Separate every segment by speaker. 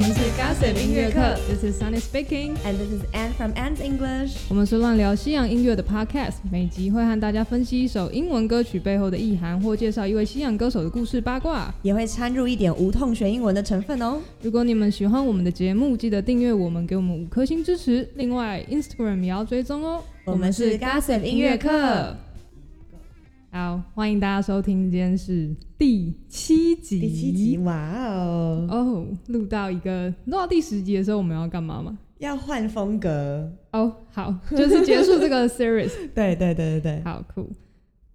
Speaker 1: 水
Speaker 2: 音乐课
Speaker 1: ，This is Sunny speaking。
Speaker 2: And this is Anne from Anne's English。
Speaker 1: 我们是乱聊西洋音乐的 Podcast，每集会和大家分析一首英文歌曲背后的意涵，或介绍一位西洋歌手的故事八卦。
Speaker 2: 也会掺入一点无痛学英文的成分哦。
Speaker 1: 如果你们喜欢我们的节目，记得订阅我们，给我们五颗星支持。另外，Instagram 也要追踪哦。
Speaker 2: 我们是 Gossip 音乐课。
Speaker 1: 好，欢迎大家收听，今天是第七集。
Speaker 2: 第七集，哇哦，
Speaker 1: 哦，录到一个录到第十集的时候，我们要干嘛吗？
Speaker 2: 要换风格。
Speaker 1: 哦，好， 就是结束这个 series。
Speaker 2: 对对对对对，
Speaker 1: 好酷！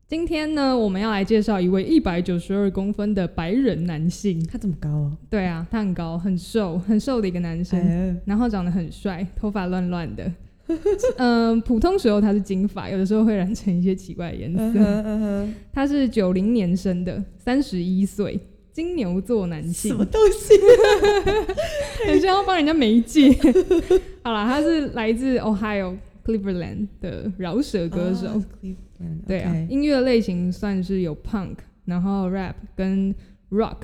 Speaker 1: 今天呢，我们要来介绍一位一百九十二公分的白人男性。
Speaker 2: 他这么高哦，
Speaker 1: 对啊，他很高，很瘦，很瘦的一个男生，
Speaker 2: 哎
Speaker 1: 然后长得很帅，头发乱乱的。 嗯、普通时候他是金发，有的时候会染成一些奇怪的颜
Speaker 2: 嗯
Speaker 1: 色。
Speaker 2: 哼嗯哼，
Speaker 1: 他是九零年生的，三十一岁，金牛座男
Speaker 2: 嗯 什
Speaker 1: 性
Speaker 2: 么，东西？啊
Speaker 1: 很像要帮人家媒介。 好啦，他是来自 Ohio Cleveland 的饶舌歌手。
Speaker 2: 哦，Cleveland，
Speaker 1: 对啊
Speaker 2: OK
Speaker 1: 音乐类型算是有 punk，然后 rap 跟 rock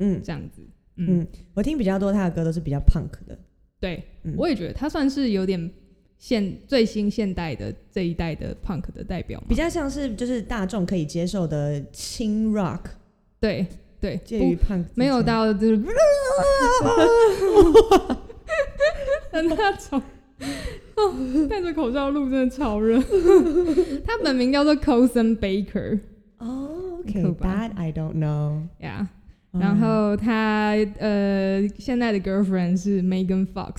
Speaker 2: 嗯
Speaker 1: 这样子。嗯，
Speaker 2: 嗯，我听比较多他的歌都是比较 punk 的。
Speaker 1: 对，
Speaker 2: 嗯
Speaker 1: 我也觉得他算是有点现最新现代的这一代的 punk 的代表嘛。
Speaker 2: 比较像是就是大众可以接受的轻 rock，
Speaker 1: 对对，
Speaker 2: 介
Speaker 1: 不
Speaker 2: 于 punk 之
Speaker 1: 没有
Speaker 2: 间
Speaker 1: 到就是 的那种。哦，戴着口罩录真的超 热。他本名叫做 Coulson Baker
Speaker 2: 哦
Speaker 1: 酷
Speaker 2: ，OK，
Speaker 1: 吧
Speaker 2: that I don't know。
Speaker 1: 呀、yeah,，然
Speaker 2: 嗯
Speaker 1: 后他呃现在的 girlfriend 是 Megan Fox。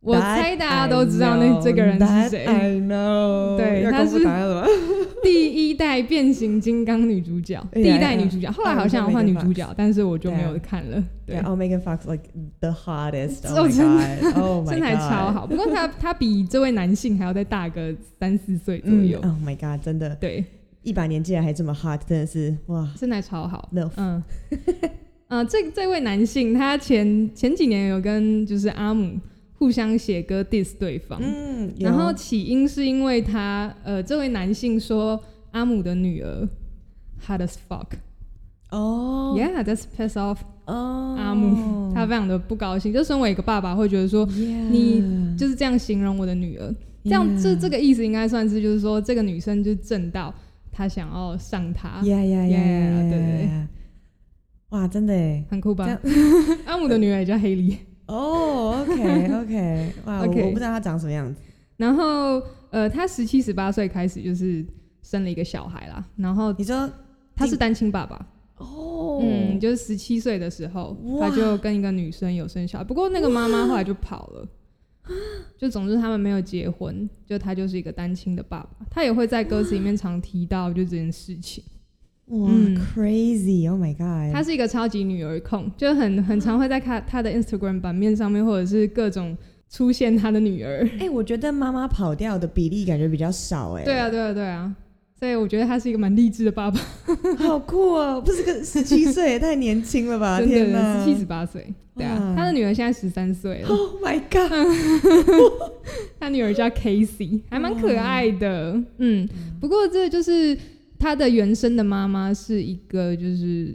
Speaker 1: 我
Speaker 2: That
Speaker 1: 猜大家都知道那这个人是
Speaker 2: I know, that
Speaker 1: 谁，
Speaker 2: I know，
Speaker 1: 对
Speaker 2: 要
Speaker 1: 她
Speaker 2: 公布
Speaker 1: 是
Speaker 2: 答案了吗？
Speaker 1: 第一代变形金刚女主 角，
Speaker 2: Yeah,
Speaker 1: 第一代女
Speaker 2: 啊
Speaker 1: 主角，后来好像有换女主角，但是我就没有
Speaker 2: Oh Yeah.
Speaker 1: 看了。对
Speaker 2: 对，哦，Megan Fox like the hottest，
Speaker 1: 哦
Speaker 2: oh my
Speaker 1: 真
Speaker 2: god，oh my god，
Speaker 1: 身材超好，不过她她比这位男性还要再大个三四岁左
Speaker 2: 嗯
Speaker 1: 右。
Speaker 2: ，Oh my god，真的，
Speaker 1: 对，
Speaker 2: 一把年纪了还这么 hot，真的是哇
Speaker 1: 身材超好。
Speaker 2: ，love，
Speaker 1: 嗯，呃，这这位男性他前前几年有跟就是阿姆互相写歌 diss 对方，
Speaker 2: 嗯，有
Speaker 1: 然后起因是因为他呃，这位男性说阿姆的女儿 hard as fuck，yeah，that's
Speaker 2: 哦
Speaker 1: piss off
Speaker 2: 哦，
Speaker 1: 阿姆，他非常的不高兴。就身为一个爸爸，会觉得说
Speaker 2: Yeah，
Speaker 1: 你就是这样形容我的女儿，这样
Speaker 2: 嗯 Yeah
Speaker 1: 这这个意思应该算是就是说这个女生就是正到她想要上他，
Speaker 2: ，yeah yeah
Speaker 1: Yeah，
Speaker 2: yeah，
Speaker 1: 对对
Speaker 2: 对，哇，真的哎，
Speaker 1: 很酷吧
Speaker 2: 这？
Speaker 1: 阿姆的女儿也叫黑莉。
Speaker 2: 哦，OK OK，哇，我
Speaker 1: OK
Speaker 2: 我不知道他长什么样子，
Speaker 1: 然后呃，他十七十八岁开始就是生了一个小孩啦，然后
Speaker 2: 你说
Speaker 1: 他是单亲爸爸，
Speaker 2: 哦，
Speaker 1: 嗯，就是十七岁的时候，
Speaker 2: 哇
Speaker 1: 他就跟一个女生有生小孩，不过那个妈妈后来就跑了。就总之他们没有结婚，就他就是一个单亲的爸爸，他也会在歌词里面常提到就这件事情。
Speaker 2: 哇
Speaker 1: 嗯
Speaker 2: ，crazy，Oh my god，
Speaker 1: 他是一个超级女儿控，就很很常会在他他的 Instagram 版面上面，或者是各种出现他的女儿。
Speaker 2: 哎、我觉得妈妈跑掉的比例感觉比较少、哎，
Speaker 1: 对啊，对啊，对啊，所以我觉得他是一个蛮励志的爸爸，
Speaker 2: 好酷 哦！不是个十七岁，也太年轻了吧？
Speaker 1: 真
Speaker 2: 啊天
Speaker 1: 的，十
Speaker 2: 哪
Speaker 1: 七十八岁。对啊，
Speaker 2: 哇
Speaker 1: 他的女儿现在十三岁了，
Speaker 2: ！Oh my
Speaker 1: 嗯
Speaker 2: god！
Speaker 1: 他女儿
Speaker 2: 嗯
Speaker 1: 叫 Casey，还蛮可爱的。嗯，不过这就是他的原生的妈妈是一个就是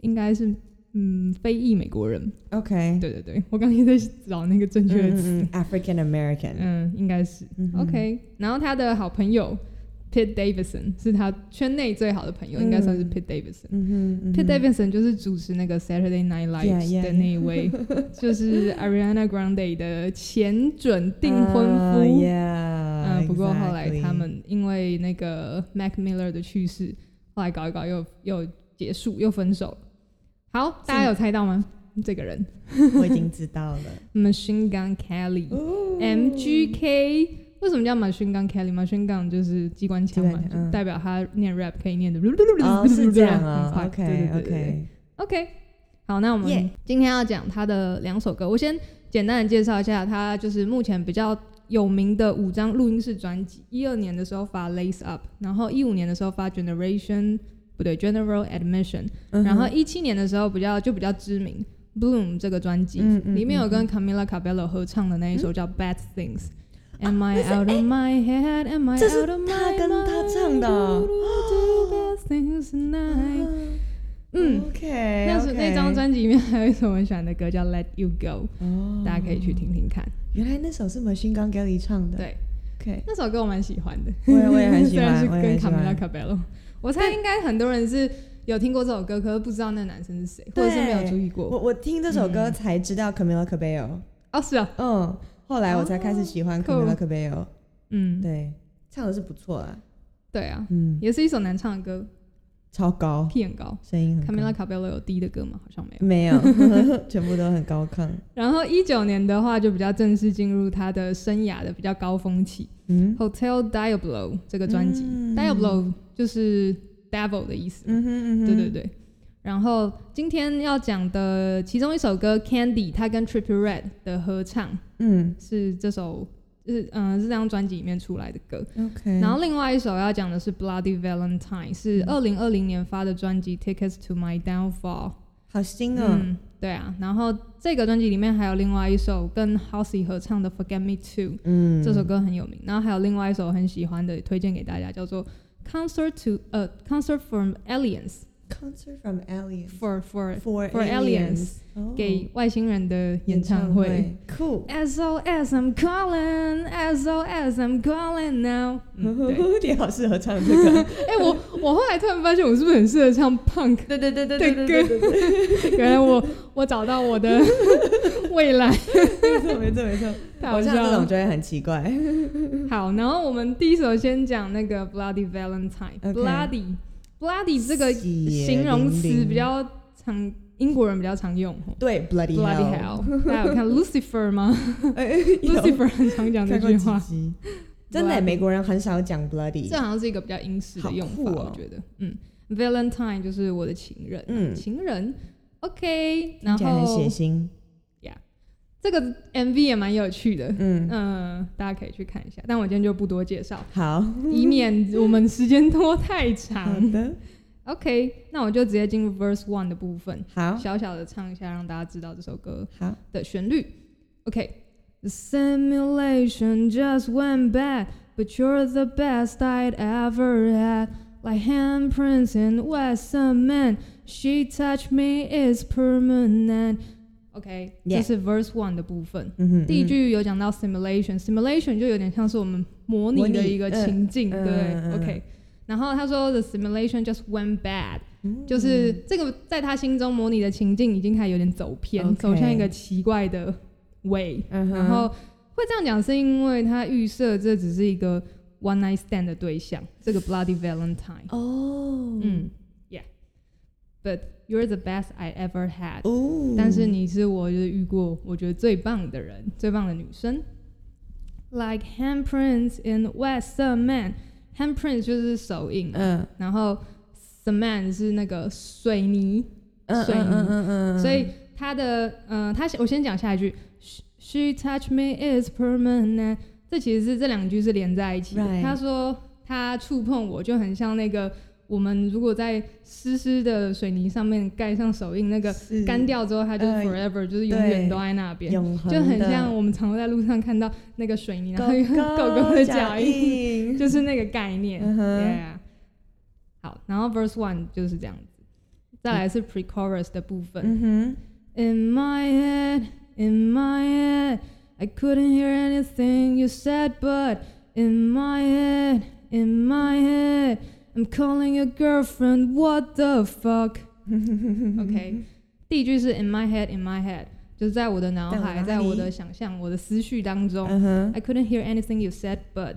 Speaker 1: 应该是嗯非裔美国人。
Speaker 2: OK，
Speaker 1: 对对对，我刚刚也在找那个正确的词。
Speaker 2: 嗯嗯嗯 African American，
Speaker 1: 嗯，应该是、
Speaker 2: 嗯哼
Speaker 1: OK。然后他的好朋友 Pete Davidson 是他圈内最好的朋友，应该算是
Speaker 2: 嗯
Speaker 1: Pete Davidson。
Speaker 2: 嗯哼，嗯
Speaker 1: Pete Davidson 就是主持那个 Saturday Night
Speaker 2: Yeah,
Speaker 1: Live
Speaker 2: yeah,
Speaker 1: 的那一位就是 Ariana Grande 的前准订婚夫。
Speaker 2: y
Speaker 1: 嗯、
Speaker 2: e
Speaker 1: 不过后来他们因为那个 Mac Miller 的去世，后来搞一搞又又结束，又分手了。好，大家有猜到吗？这个人
Speaker 2: 我已经知道了。
Speaker 1: Machine Gun Kelly。
Speaker 2: 哦
Speaker 1: M G K 为什么叫 Machine Gun Kelly？Machine Gun 就是机关枪嘛
Speaker 2: 机，关枪嗯
Speaker 1: 就代表他念 rap 可以念的，
Speaker 2: 哦，是这样
Speaker 1: 很快
Speaker 2: 啊。
Speaker 1: 对
Speaker 2: OK
Speaker 1: 对对对对
Speaker 2: OK，
Speaker 1: OK。好，那我们
Speaker 2: Yeah
Speaker 1: 今天要讲他的两首歌，我先简单的介绍一下，他就是目前比较有名的五张录音室专辑，一二年的时候发 Lace Up，然后一五年的时候发 Generation，不对，General Admission，然
Speaker 2: 嗯
Speaker 1: 后一七年的时候比较就比较知名，Bloom 这个专辑、
Speaker 2: 嗯嗯
Speaker 1: 里面有跟 Camila Cabello 合唱的那一首叫 Bad Things。Am
Speaker 2: 啊
Speaker 1: I out of my head? Am I
Speaker 2: 这是
Speaker 1: out of my mind?
Speaker 2: 他跟他唱的哦
Speaker 1: Do bad things tonight. 嗯，
Speaker 2: 嗯哎，OK，
Speaker 1: 那是那张专辑里面还有一首我很喜欢的歌叫《Let You Go》，
Speaker 2: 哦，
Speaker 1: 大家可以去听听看。
Speaker 2: 原来那首是 Machine Gun Kelly 唱的，
Speaker 1: 对，
Speaker 2: ，OK，
Speaker 1: 那首歌我蛮喜欢的，
Speaker 2: 我也 我也很喜欢
Speaker 1: 虽然是
Speaker 2: 我也很
Speaker 1: 跟
Speaker 2: 喜
Speaker 1: Camila
Speaker 2: 欢
Speaker 1: Cabello。我猜应该很多人是有听过这首歌，可是不知道那个男生是谁，或者是没有
Speaker 2: 对
Speaker 1: 注意
Speaker 2: 我
Speaker 1: 过。
Speaker 2: 我听这首歌才知道 Camila Cabello，
Speaker 1: 哦，是啊，
Speaker 2: 嗯，后来我才开始喜欢 Camila
Speaker 1: cool
Speaker 2: Cabello，
Speaker 1: 嗯，
Speaker 2: 对，唱的是不错啊，
Speaker 1: 对啊，
Speaker 2: 嗯，
Speaker 1: 也是一首难唱的歌
Speaker 2: 超高，
Speaker 1: ，key 很高。
Speaker 2: 声音很
Speaker 1: Camila
Speaker 2: 高，
Speaker 1: Cabello 有低的歌吗？好像没有。
Speaker 2: 没有， 全部都很高亢，
Speaker 1: 然后一九年的话，就比较正式进入他的生涯的比较高峰期，《
Speaker 2: 嗯
Speaker 1: Hotel Diablo》这个专辑、
Speaker 2: 嗯
Speaker 1: d i a b l o 就是 devil 的意思，
Speaker 2: 嗯哼嗯哼，
Speaker 1: 对对对。然后今天要讲的其中一首歌《Candy》，它跟 Triple Red 的合唱
Speaker 2: 嗯
Speaker 1: 是这首，是嗯、是这张专辑里面出来的歌。
Speaker 2: ，OK，
Speaker 1: 然后另外一首要讲的是《Bloody Valentine》，是
Speaker 2: 嗯
Speaker 1: 二零二零年发的专辑《Tickets to My Downfall》。
Speaker 2: 好新哦，
Speaker 1: 嗯，对啊。然后这个专辑里面还有另外一首跟 Halsey 合唱的《Forget Me Too》，
Speaker 2: 嗯，
Speaker 1: 这首歌很有名。然后还有另外一首我很喜欢的，推荐给大家，叫做《Concert to 呃 Concert from Aliens
Speaker 2: Concert from Aliens
Speaker 1: for for
Speaker 2: for
Speaker 1: for Aliens
Speaker 2: 哦
Speaker 1: 给外星人的演唱会。
Speaker 2: 酷，
Speaker 1: SOS I'm calling, SOS I'm calling now 嗯。对，
Speaker 2: 你好适合唱这 个，
Speaker 1: 哎、我我后来突然发现，我是不是很适合唱 punk？
Speaker 2: 对对对对
Speaker 1: 对对
Speaker 2: 对，
Speaker 1: 原来我我找到我 的未来，
Speaker 2: 没错没错没 错，
Speaker 1: 太
Speaker 2: 我
Speaker 1: 好笑
Speaker 2: 唱这
Speaker 1: 了
Speaker 2: 种。就会很奇怪，
Speaker 1: 好，然后我们第一首先讲那个 Bloody Valentine。
Speaker 2: OK
Speaker 1: Bloody Bloody 这个
Speaker 2: 血
Speaker 1: 形容词
Speaker 2: 淋淋
Speaker 1: 比较常，英国人比较常用。吼
Speaker 2: 对 bloody
Speaker 1: Bloody hell，大家有看 Lucifer 吗
Speaker 2: hell，
Speaker 1: ？Lucifer 很常讲这
Speaker 2: 看过
Speaker 1: 句
Speaker 2: 几
Speaker 1: 话，
Speaker 2: 集？真的
Speaker 1: Bloody
Speaker 2: 美国人很少讲 bloody，
Speaker 1: 这好像是一个比较英式的用
Speaker 2: 好
Speaker 1: 法，
Speaker 2: 酷哦
Speaker 1: 我觉得。嗯，Valentine 就是我的情人，啊
Speaker 2: 嗯
Speaker 1: 情人。OK，然
Speaker 2: 听起来很血
Speaker 1: 后
Speaker 2: 腥，
Speaker 1: 这个 MV 也蛮有趣的，
Speaker 2: 嗯，
Speaker 1: 嗯，大家可以去看一下，但我今天就不多介 绍，
Speaker 2: 好，
Speaker 1: 以免我们时间拖太长
Speaker 2: 好。的，
Speaker 1: OK，那我就直接进入 verse one 的部分，
Speaker 2: 好，
Speaker 1: 小小的唱一下，让大家知道这首歌
Speaker 2: 好，
Speaker 1: 的旋律。OK，The、simulation just went bad, but you're the best I'd ever had. Like handprints in wet cement, she touched me is permanent. OK，、
Speaker 2: Yeah
Speaker 1: 这是 verse one 的部分。
Speaker 2: 嗯哼，
Speaker 1: 第一
Speaker 2: 嗯，
Speaker 1: 句有讲到 simulation，simulation 就有点像是我们模拟的一个情境，
Speaker 2: 模
Speaker 1: 对
Speaker 2: 拟
Speaker 1: 不对、
Speaker 2: 嗯嗯嗯
Speaker 1: o k 然后他说 the simulation just went bad，、
Speaker 2: 嗯
Speaker 1: 就是这个在他心中模拟的情境已经开始有点走偏
Speaker 2: OK
Speaker 1: 走向一个奇怪的 way。
Speaker 2: 嗯哼
Speaker 1: 然后会这样讲，是因为他预设这只是一个 one night stand 的对象，这个 bloody Valentine。
Speaker 2: 哦，
Speaker 1: 嗯，Yeah，but you're the best I ever had。
Speaker 2: 哦，
Speaker 1: 但是你是我就是遇过我觉得最棒的人，最棒的女生。Like handprints in wet cement，handprints 就是手印，
Speaker 2: 嗯，
Speaker 1: 然后 cement 是那个水泥，
Speaker 2: 嗯
Speaker 1: 水泥
Speaker 2: 嗯嗯嗯，
Speaker 1: 所以他的嗯，他我先讲下一句，She she touched me is permanent，这其实是这两句是连在一起的。
Speaker 2: Right
Speaker 1: 他说他触碰我就很像那个我们如果在湿湿的水泥上面盖上手印那个。
Speaker 2: 是
Speaker 1: 干掉之后，它就是
Speaker 2: 呃
Speaker 1: forever，、就是永远
Speaker 2: 对
Speaker 1: 都在那边，
Speaker 2: 永恒
Speaker 1: 就很
Speaker 2: 的
Speaker 1: 像我们常会在路上看到那个水泥，然后有狗
Speaker 2: 狗
Speaker 1: 狗的脚
Speaker 2: 脚
Speaker 1: 印，
Speaker 2: 印，
Speaker 1: 就是那个概念。
Speaker 2: 嗯哼
Speaker 1: yeah. 好，然后 verse one 就是这样子，再来是 pre chorus 的部分。
Speaker 2: 嗯
Speaker 1: In my head, in my head, I couldn't hear anything you said, but in my head, in my head, I'm calling your girlfriend. What the fuck? OK，第一句是 in my head, in my head，就是在我的脑海，
Speaker 2: 在
Speaker 1: 在
Speaker 2: 我哪里
Speaker 1: 我的想象、我的思绪当中。
Speaker 2: 哼，嗯哼，
Speaker 1: I couldn't hear anything you said, but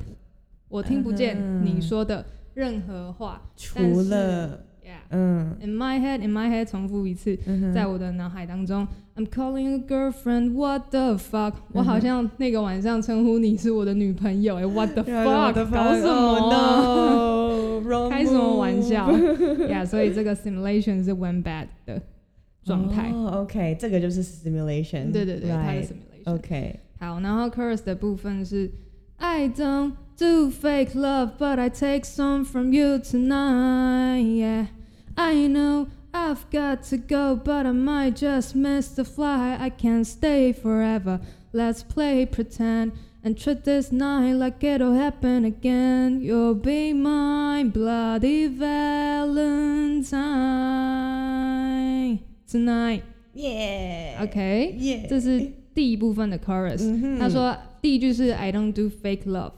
Speaker 1: 我听不见你说的任何话。但
Speaker 2: 除
Speaker 1: 是
Speaker 2: 了
Speaker 1: Yeah,
Speaker 2: 嗯
Speaker 1: in my head, in my head，重复一次。
Speaker 2: 嗯哼，
Speaker 1: 在我的脑海当中，I'm calling a girlfriend, what the fuck？、我好像那个晚上称呼你是我的女朋 友、哎，what the
Speaker 2: 啊让我
Speaker 1: fuck？Oh
Speaker 2: 的哦
Speaker 1: 搞什么呢？
Speaker 2: 呢
Speaker 1: 开什么玩 笑
Speaker 2: 哦
Speaker 1: ？Yeah，所以这个 simulation 是 one bad 的状态。
Speaker 2: o k 这个就是 simulation。
Speaker 1: 对对对，它的
Speaker 2: right,
Speaker 1: simulation。
Speaker 2: OK，
Speaker 1: 好，然后 chorus 的部分是 I don't do fake love, but I take some from you tonight. Yeah, I know I've got to go, but I might just miss the fly. I can't stay forever. Let's play pretend and treat this night like it'll happen again. You'll be my bloody Valentine. Tonight。
Speaker 2: 耶
Speaker 1: OK，
Speaker 2: 耶，
Speaker 1: 这是第一部分的 chorus。
Speaker 2: 嗯哼
Speaker 1: 他说第一句是 I don't do fake love，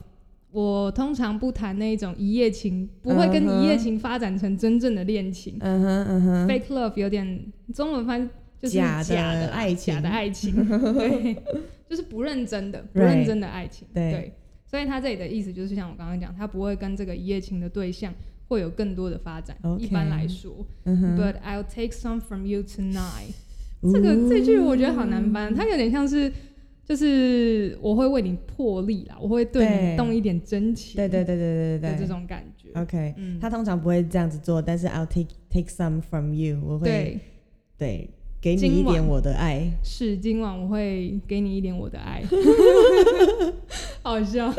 Speaker 1: 我通常不谈那种一夜情，不会跟
Speaker 2: 嗯哼
Speaker 1: 一夜情发展成真正的恋情。
Speaker 2: 嗯哼嗯哼，
Speaker 1: fake love 有点中文翻就是
Speaker 2: 假的
Speaker 1: 假的
Speaker 2: 爱情
Speaker 1: 假的爱 情， 对，就是不认真的、不认真的爱情，
Speaker 2: 对
Speaker 1: 对。所以他这里的意思就是像我刚刚讲，他不会跟这个一夜情的对象会有更多的发展。
Speaker 2: OK
Speaker 1: 一般来说、
Speaker 2: 嗯
Speaker 1: b u
Speaker 2: 哼，
Speaker 1: t I'll take some from you tonight。这个这句我觉得好难翻，它有点像是就是我会为你破例啦，我会对
Speaker 2: 对
Speaker 1: 你动一点真情，
Speaker 2: 对对对对对
Speaker 1: 的
Speaker 2: 对
Speaker 1: 这
Speaker 2: 对
Speaker 1: 种感觉。
Speaker 2: ，OK，
Speaker 1: 嗯，
Speaker 2: 他通常不会这样子做，但是 I'll take take some from you，我会
Speaker 1: 对，
Speaker 2: 对给你
Speaker 1: 今
Speaker 2: 一
Speaker 1: 晚
Speaker 2: 点我的爱。
Speaker 1: 是今晚我会给你一点我的 爱，好笑。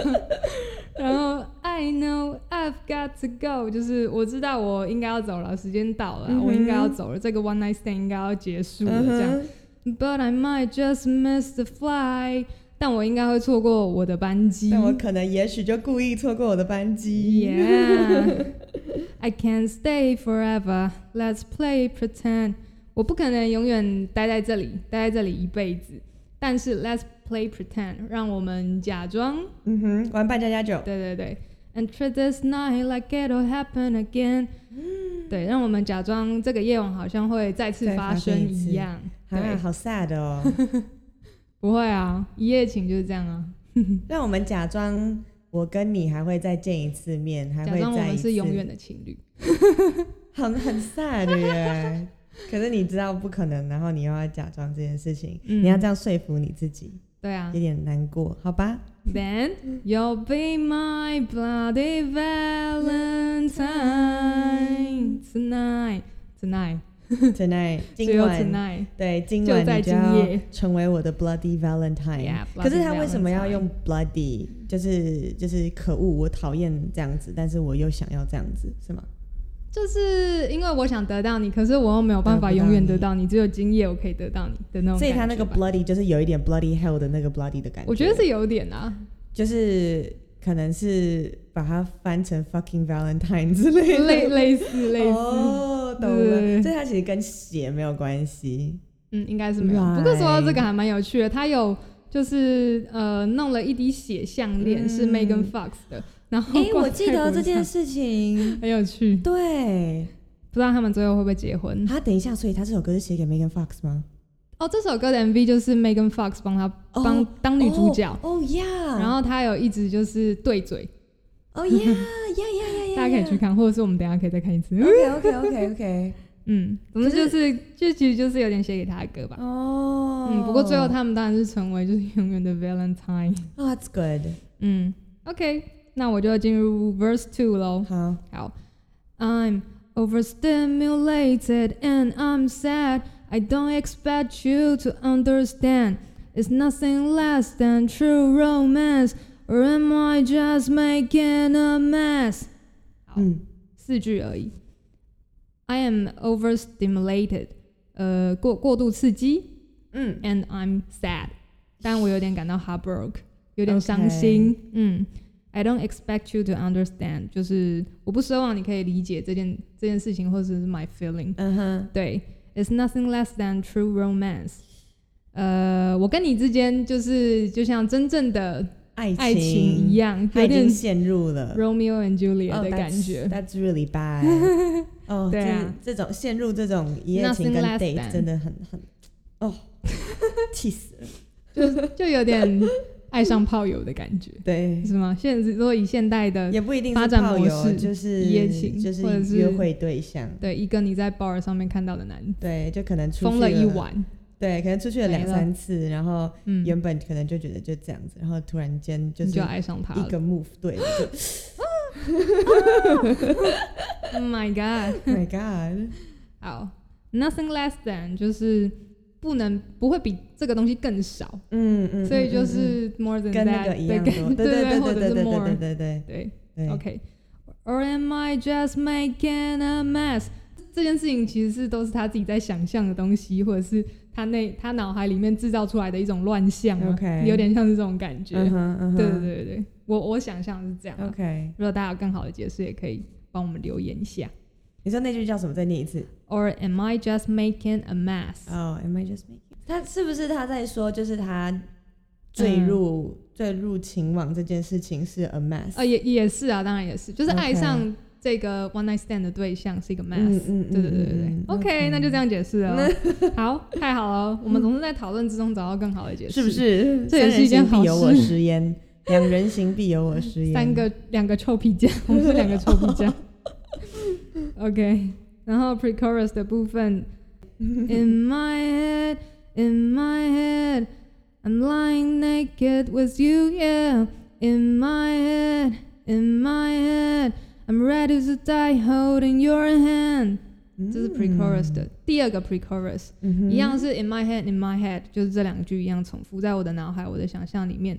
Speaker 1: 然后 I know I've got to go，就是我知道我应该要走了，时间到了，
Speaker 2: 嗯哼
Speaker 1: 我应该要走了，这个 one night stand 应该要结束了，
Speaker 2: 嗯
Speaker 1: 这样。
Speaker 2: 哼
Speaker 1: But I might just miss the fly，但我应该会错过我的班机。
Speaker 2: 但我可能也许就故意错过我的班机。
Speaker 1: Yeah, I can't stay forever. Let's play pretend. 我不可能永远待在这里，待在这里一辈子。但是 Let's play pretend，让我们假装。
Speaker 2: 嗯哼，玩扮家家酒。
Speaker 1: 对对对。And treat this night like it'll happen again. 对，让我们假装这个夜晚好像会再次
Speaker 2: 嗯再
Speaker 1: 发
Speaker 2: 发生
Speaker 1: 生
Speaker 2: 一次
Speaker 1: 一样。
Speaker 2: 啊，
Speaker 1: 对，
Speaker 2: 好 sad 哦！
Speaker 1: 不会啊，一夜情就是这样啊。
Speaker 2: 让我们假装我跟你还会再见一次面，还
Speaker 1: 假
Speaker 2: 会
Speaker 1: 装我
Speaker 2: 再一
Speaker 1: 们
Speaker 2: 次，
Speaker 1: 是永远的情侣。
Speaker 2: 很很 sad 耶。 可是你知道不可能，然后你又要假装这件事情，
Speaker 1: 嗯
Speaker 2: 你要这样说服你自己，
Speaker 1: 对啊
Speaker 2: 有点难过，好 吧？
Speaker 1: ，Then you'll be my bloody Valentine tonight tonight，
Speaker 2: Tonight，
Speaker 1: 只
Speaker 2: 今
Speaker 1: 有
Speaker 2: 晚
Speaker 1: tonight，
Speaker 2: 对，今
Speaker 1: 就
Speaker 2: 晚
Speaker 1: 在
Speaker 2: 你就
Speaker 1: 今
Speaker 2: 要
Speaker 1: 夜
Speaker 2: 成为我的 bloody Valentine。
Speaker 1: Yeah, bloody
Speaker 2: 可是他为什么要用 bloody？就是就是可恶，我讨厌这样子，但是我又想要这样子，是吗？
Speaker 1: 就是因为我想得到你，可是我又没有办法永远得到你，只有今夜我可以得到你的那种感觉吧。
Speaker 2: 所以他那个 bloody 就是有一点 bloody hell 的那个 bloody 的感觉。
Speaker 1: 我觉得是有点 啊，
Speaker 2: 就是可能是把它翻成 fucking Valentine 之类的，
Speaker 1: 类类似类似，
Speaker 2: 哦，懂
Speaker 1: 对
Speaker 2: 了。所以它其实跟血没有关系。
Speaker 1: 嗯，应该是没有。不过说到这个还蛮有趣的，他有就是呃弄了一滴血项链是
Speaker 2: 嗯
Speaker 1: Megan Fox 的，然后
Speaker 2: 哎、
Speaker 1: 挂
Speaker 2: 我
Speaker 1: 在
Speaker 2: 记得
Speaker 1: 脖
Speaker 2: 这件
Speaker 1: 上
Speaker 2: 事情。
Speaker 1: 很有趣。
Speaker 2: 对，啊
Speaker 1: 不知道他们最后会不会结婚。
Speaker 2: 他等一下，所以他这首歌是写给 Megan Fox 吗？
Speaker 1: 哦，这首歌的 MV 就是 Megan Fox 帮她
Speaker 2: 哦
Speaker 1: 帮当女主角，
Speaker 2: 哦呀，
Speaker 1: 然后她有一直就是对嘴，
Speaker 2: 哦呀呀呀呀呀，
Speaker 1: 大家可以去看，或者是我们等一下可以再看一次。
Speaker 2: OK OK OK OK，
Speaker 1: 嗯，总之就是就其实就是有点写给她的歌吧。
Speaker 2: 哦，
Speaker 1: 嗯，不过最后他们当然是成为就是永远的 Valentine。
Speaker 2: 哦，That's good，
Speaker 1: 嗯，OK，那我就进入 Verse Two 喽。
Speaker 2: 好，
Speaker 1: 好，I'm overstimulated and I'm sad. I don't expect you to understand. It's nothing less than true romance, or am I just making a mess？
Speaker 2: 嗯，
Speaker 1: 四句而已。I am overstimulated，呃，过过度刺激
Speaker 2: 嗯
Speaker 1: ，and I'm sad，但我有点感到 heartbroken，有点伤心。嗯，I don't expect you to understand，就是我不奢望你可以理解这件这件事情，或者是 my feeling。
Speaker 2: 嗯哼，
Speaker 1: 对，It's nothing less than true romance。呃，我跟你之间就是就像真正的
Speaker 2: 爱情
Speaker 1: 爱情一
Speaker 2: 样，
Speaker 1: 样，
Speaker 2: 他
Speaker 1: 有
Speaker 2: 已经
Speaker 1: 点
Speaker 2: 陷入了
Speaker 1: Romeo and Juliet
Speaker 2: Oh,
Speaker 1: 的感
Speaker 2: that's-
Speaker 1: 觉。
Speaker 2: That's really bad。哦，
Speaker 1: 对啊
Speaker 2: 这这种陷入这种一夜情
Speaker 1: Nothing
Speaker 2: 跟
Speaker 1: less
Speaker 2: date
Speaker 1: than
Speaker 2: 真的很很，哦，气死了。
Speaker 1: 就就有点爱上炮友的感觉，
Speaker 2: 对，
Speaker 1: 是吗？现如果以现代的
Speaker 2: 也不一定
Speaker 1: 发
Speaker 2: 是
Speaker 1: 展
Speaker 2: 炮
Speaker 1: 模
Speaker 2: 友，
Speaker 1: 式
Speaker 2: 就是
Speaker 1: 一夜情
Speaker 2: 就
Speaker 1: 或者
Speaker 2: 是
Speaker 1: 是
Speaker 2: 约会对象。
Speaker 1: 对一个你在 bar 上面看到的男人，
Speaker 2: 对，就可能出去
Speaker 1: 疯了一，晚，
Speaker 2: 对，可能出去了
Speaker 1: 没
Speaker 2: 两
Speaker 1: 了
Speaker 2: 三次，然后
Speaker 1: 嗯，
Speaker 2: 原本可能就觉得就这样子，然后突然间就
Speaker 1: 你
Speaker 2: 是
Speaker 1: 就爱上他
Speaker 2: 一
Speaker 1: 了。
Speaker 2: 个 move 对了，就
Speaker 1: Oh my god！
Speaker 2: Oh my God，
Speaker 1: 好，nothing less than 就是不能不会比这个东西更少，
Speaker 2: 嗯嗯，
Speaker 1: 所以就
Speaker 2: 嗯
Speaker 1: 是 more than
Speaker 2: 嗯跟那
Speaker 1: that，
Speaker 2: 个一
Speaker 1: 对跟
Speaker 2: 样多，对对
Speaker 1: 对，
Speaker 2: 对
Speaker 1: 或
Speaker 2: 对
Speaker 1: 者
Speaker 2: 对
Speaker 1: 是
Speaker 2: 对
Speaker 1: more，
Speaker 2: 对对对
Speaker 1: 对
Speaker 2: 对
Speaker 1: ，OK。Or am I just making a mess？这件事情其实是都是他自己在想象的东西，或者是他那他脑海里面制造出来的一种乱象啊
Speaker 2: OK
Speaker 1: 有点像是这种感觉。
Speaker 2: 嗯哼嗯哼，
Speaker 1: 对对对对，我我想象是这样啊、
Speaker 2: OK，
Speaker 1: 如果大家有更好的解释，也可以帮我们留言一下。
Speaker 2: 你说那句叫什么？再念一次。
Speaker 1: or am I just making a mess？
Speaker 2: 哦、a m I just making？他是不是他在说，就是他坠入
Speaker 1: 嗯
Speaker 2: 坠、入情网这件事情是 a mess？
Speaker 1: 啊，也也是啊，当然也是，就是
Speaker 2: OK
Speaker 1: 爱上这个 one night stand 的对象是一个 mess。
Speaker 2: 嗯嗯
Speaker 1: 对对对对对
Speaker 2: 嗯嗯
Speaker 1: ，OK，
Speaker 2: 嗯
Speaker 1: 那就这样解释 了。好，太好了，我们总是在讨论之中找到更好的解释，
Speaker 2: 是不？是？
Speaker 1: 这也是一件好
Speaker 2: 三人行
Speaker 1: 事
Speaker 2: 必有我师焉，两人行必有我师焉。
Speaker 1: 三个两个臭皮匠，我们是两个臭皮匠。OK，然后 pre chorus 的部分，In my head, in my head, I'm lying naked with you, yeah. In my head, in my head, I'm ready to die holding your hand。
Speaker 2: 嗯，
Speaker 1: 这是 pre chorus 的第二个 pre chorus。
Speaker 2: 嗯哼，
Speaker 1: 一样是 in my head, in my head，就是这两句一样重复在我的脑海、我的想象里面。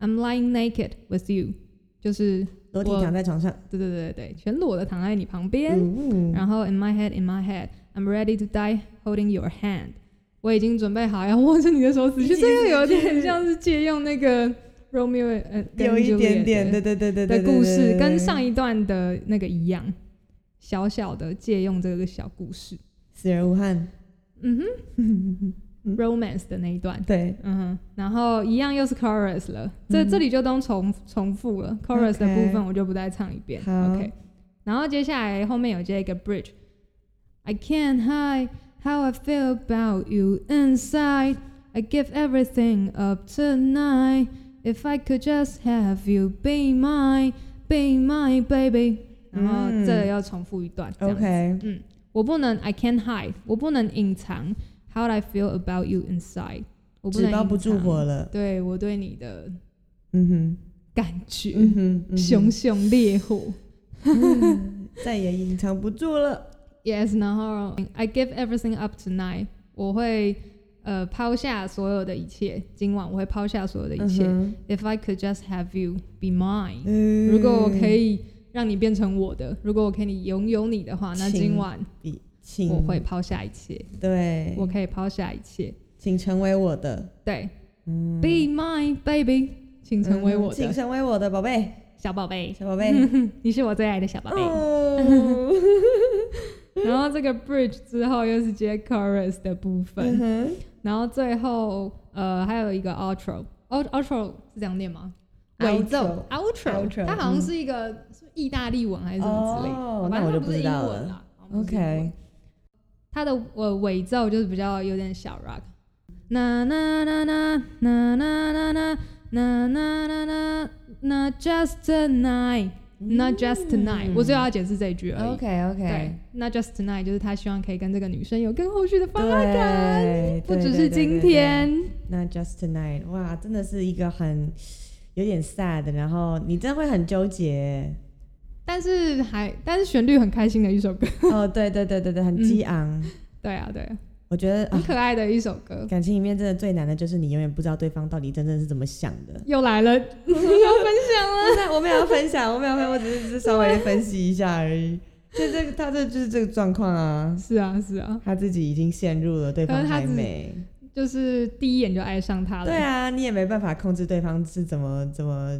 Speaker 1: I'm lying naked with you，就是
Speaker 2: 裸体
Speaker 1: 我
Speaker 2: 躺在床上。
Speaker 1: 对对对对，全裸的躺在你旁边。
Speaker 2: 嗯
Speaker 1: 然后 in my head, in my head, I'm ready to die holding your hand，我已经准备好要握着你的手指。其实这个有点像是借用那个 Romeo 呃，跟
Speaker 2: 有一点
Speaker 1: Juliet
Speaker 2: 点，对对对对对
Speaker 1: 的
Speaker 2: 对
Speaker 1: 故
Speaker 2: 对
Speaker 1: 事，
Speaker 2: 对
Speaker 1: 跟
Speaker 2: 对
Speaker 1: 上一段的那个一样，小小的借用这个小故事。
Speaker 2: 死而无 憾。
Speaker 1: 嗯哼，romance 的那一段。
Speaker 2: 对，
Speaker 1: 嗯哼，然后一样又是 chorus 了，这、这里就都重重复了 chorus 的
Speaker 2: OK
Speaker 1: 部分我就不再唱一遍。
Speaker 2: 好
Speaker 1: OK，然后接下来后面有接一个 bridge。I can't hide how I feel about you inside. I give everything up tonight. If I could just have you be mine, be mine, baby. 然后
Speaker 2: 嗯
Speaker 1: 这里要重复一段。这样子
Speaker 2: OK，
Speaker 1: 嗯，我不能，I can't hide，我不能隐藏，How I feel about you inside，我不能
Speaker 2: 纸
Speaker 1: 隐
Speaker 2: 包
Speaker 1: 藏
Speaker 2: 不住火，了。
Speaker 1: 对我对你的
Speaker 2: 嗯哼，
Speaker 1: 感觉、
Speaker 2: 嗯哼，嗯哼
Speaker 1: 熊熊烈火。
Speaker 2: 再也隐藏不住了。
Speaker 1: Yes，然后 I give everything up tonight，我会呃抛下所有的一切，今晚我会抛下所有的一切。
Speaker 2: 嗯
Speaker 1: If I could just have you be mine，、
Speaker 2: 哼
Speaker 1: 如果
Speaker 2: 嗯
Speaker 1: 我可，以让你变成我的，如果我可以拥有你的话，那
Speaker 2: 请
Speaker 1: 今晚
Speaker 2: 比请
Speaker 1: 我会抛下一切，
Speaker 2: 对，
Speaker 1: 我可以抛下一切。
Speaker 2: 请成为我的，
Speaker 1: 对。
Speaker 2: 嗯，
Speaker 1: Be my baby，请成为我
Speaker 2: 嗯请
Speaker 1: 的
Speaker 2: 成为我的宝嗯贝，
Speaker 1: 小宝贝，
Speaker 2: 小宝贝，
Speaker 1: 你是我最爱的 小宝贝。
Speaker 2: 哦，
Speaker 1: 然后这个 bridge 之后又是接 chorus 的部
Speaker 2: 嗯
Speaker 1: 分，
Speaker 2: 哼
Speaker 1: 然后最后呃还有一个 outro，o outro 是这样念吗？尾奏 outro，
Speaker 2: outro，
Speaker 1: 它好像是一个是不是意大利文还是什么之类
Speaker 2: 哦
Speaker 1: 的，
Speaker 2: 那
Speaker 1: 反
Speaker 2: 我
Speaker 1: 正它
Speaker 2: 就
Speaker 1: 不
Speaker 2: 不
Speaker 1: 是
Speaker 2: 知
Speaker 1: 英
Speaker 2: 道
Speaker 1: 文
Speaker 2: 了。
Speaker 1: 啦。好像不是英文
Speaker 2: OK，
Speaker 1: 它的呃尾奏就是比较有点小 rock，na na na na na na na na na na na na na just tonight。Not just tonight，、我只有要解释这一句而已。
Speaker 2: 嗯 OK
Speaker 1: 对
Speaker 2: OK，
Speaker 1: ，Not just tonight 就是他希望可以跟这个女生有更后续的发展，
Speaker 2: 对，
Speaker 1: 不
Speaker 2: 对
Speaker 1: 只是今。天。
Speaker 2: 那 Just Tonight，哇，真的是一个很有点 sad，然后你真的会很 纠结。
Speaker 1: 但是还，但是旋律很开心的一首歌。
Speaker 2: 哦，对对对对对，很
Speaker 1: 嗯
Speaker 2: 激昂。
Speaker 1: 对啊，对啊，
Speaker 2: 我觉得
Speaker 1: 很
Speaker 2: 啊，
Speaker 1: 可爱的一首歌。
Speaker 2: 感情里面真的最难的就是你永远不知道对方到底真正是怎么想的。
Speaker 1: 又来了，你要分享了。
Speaker 2: 那我没有要分享，我没有分，我只是只是稍微分析一下而已。就这个，他这就是这个状况啊，
Speaker 1: 是啊，是啊，
Speaker 2: 他自己已经陷入了，对
Speaker 1: 可
Speaker 2: 方
Speaker 1: 是他
Speaker 2: 还
Speaker 1: 自己
Speaker 2: 没。
Speaker 1: 就是第一眼就爱上他了。
Speaker 2: 对啊，你也没办法控制对方是怎么怎么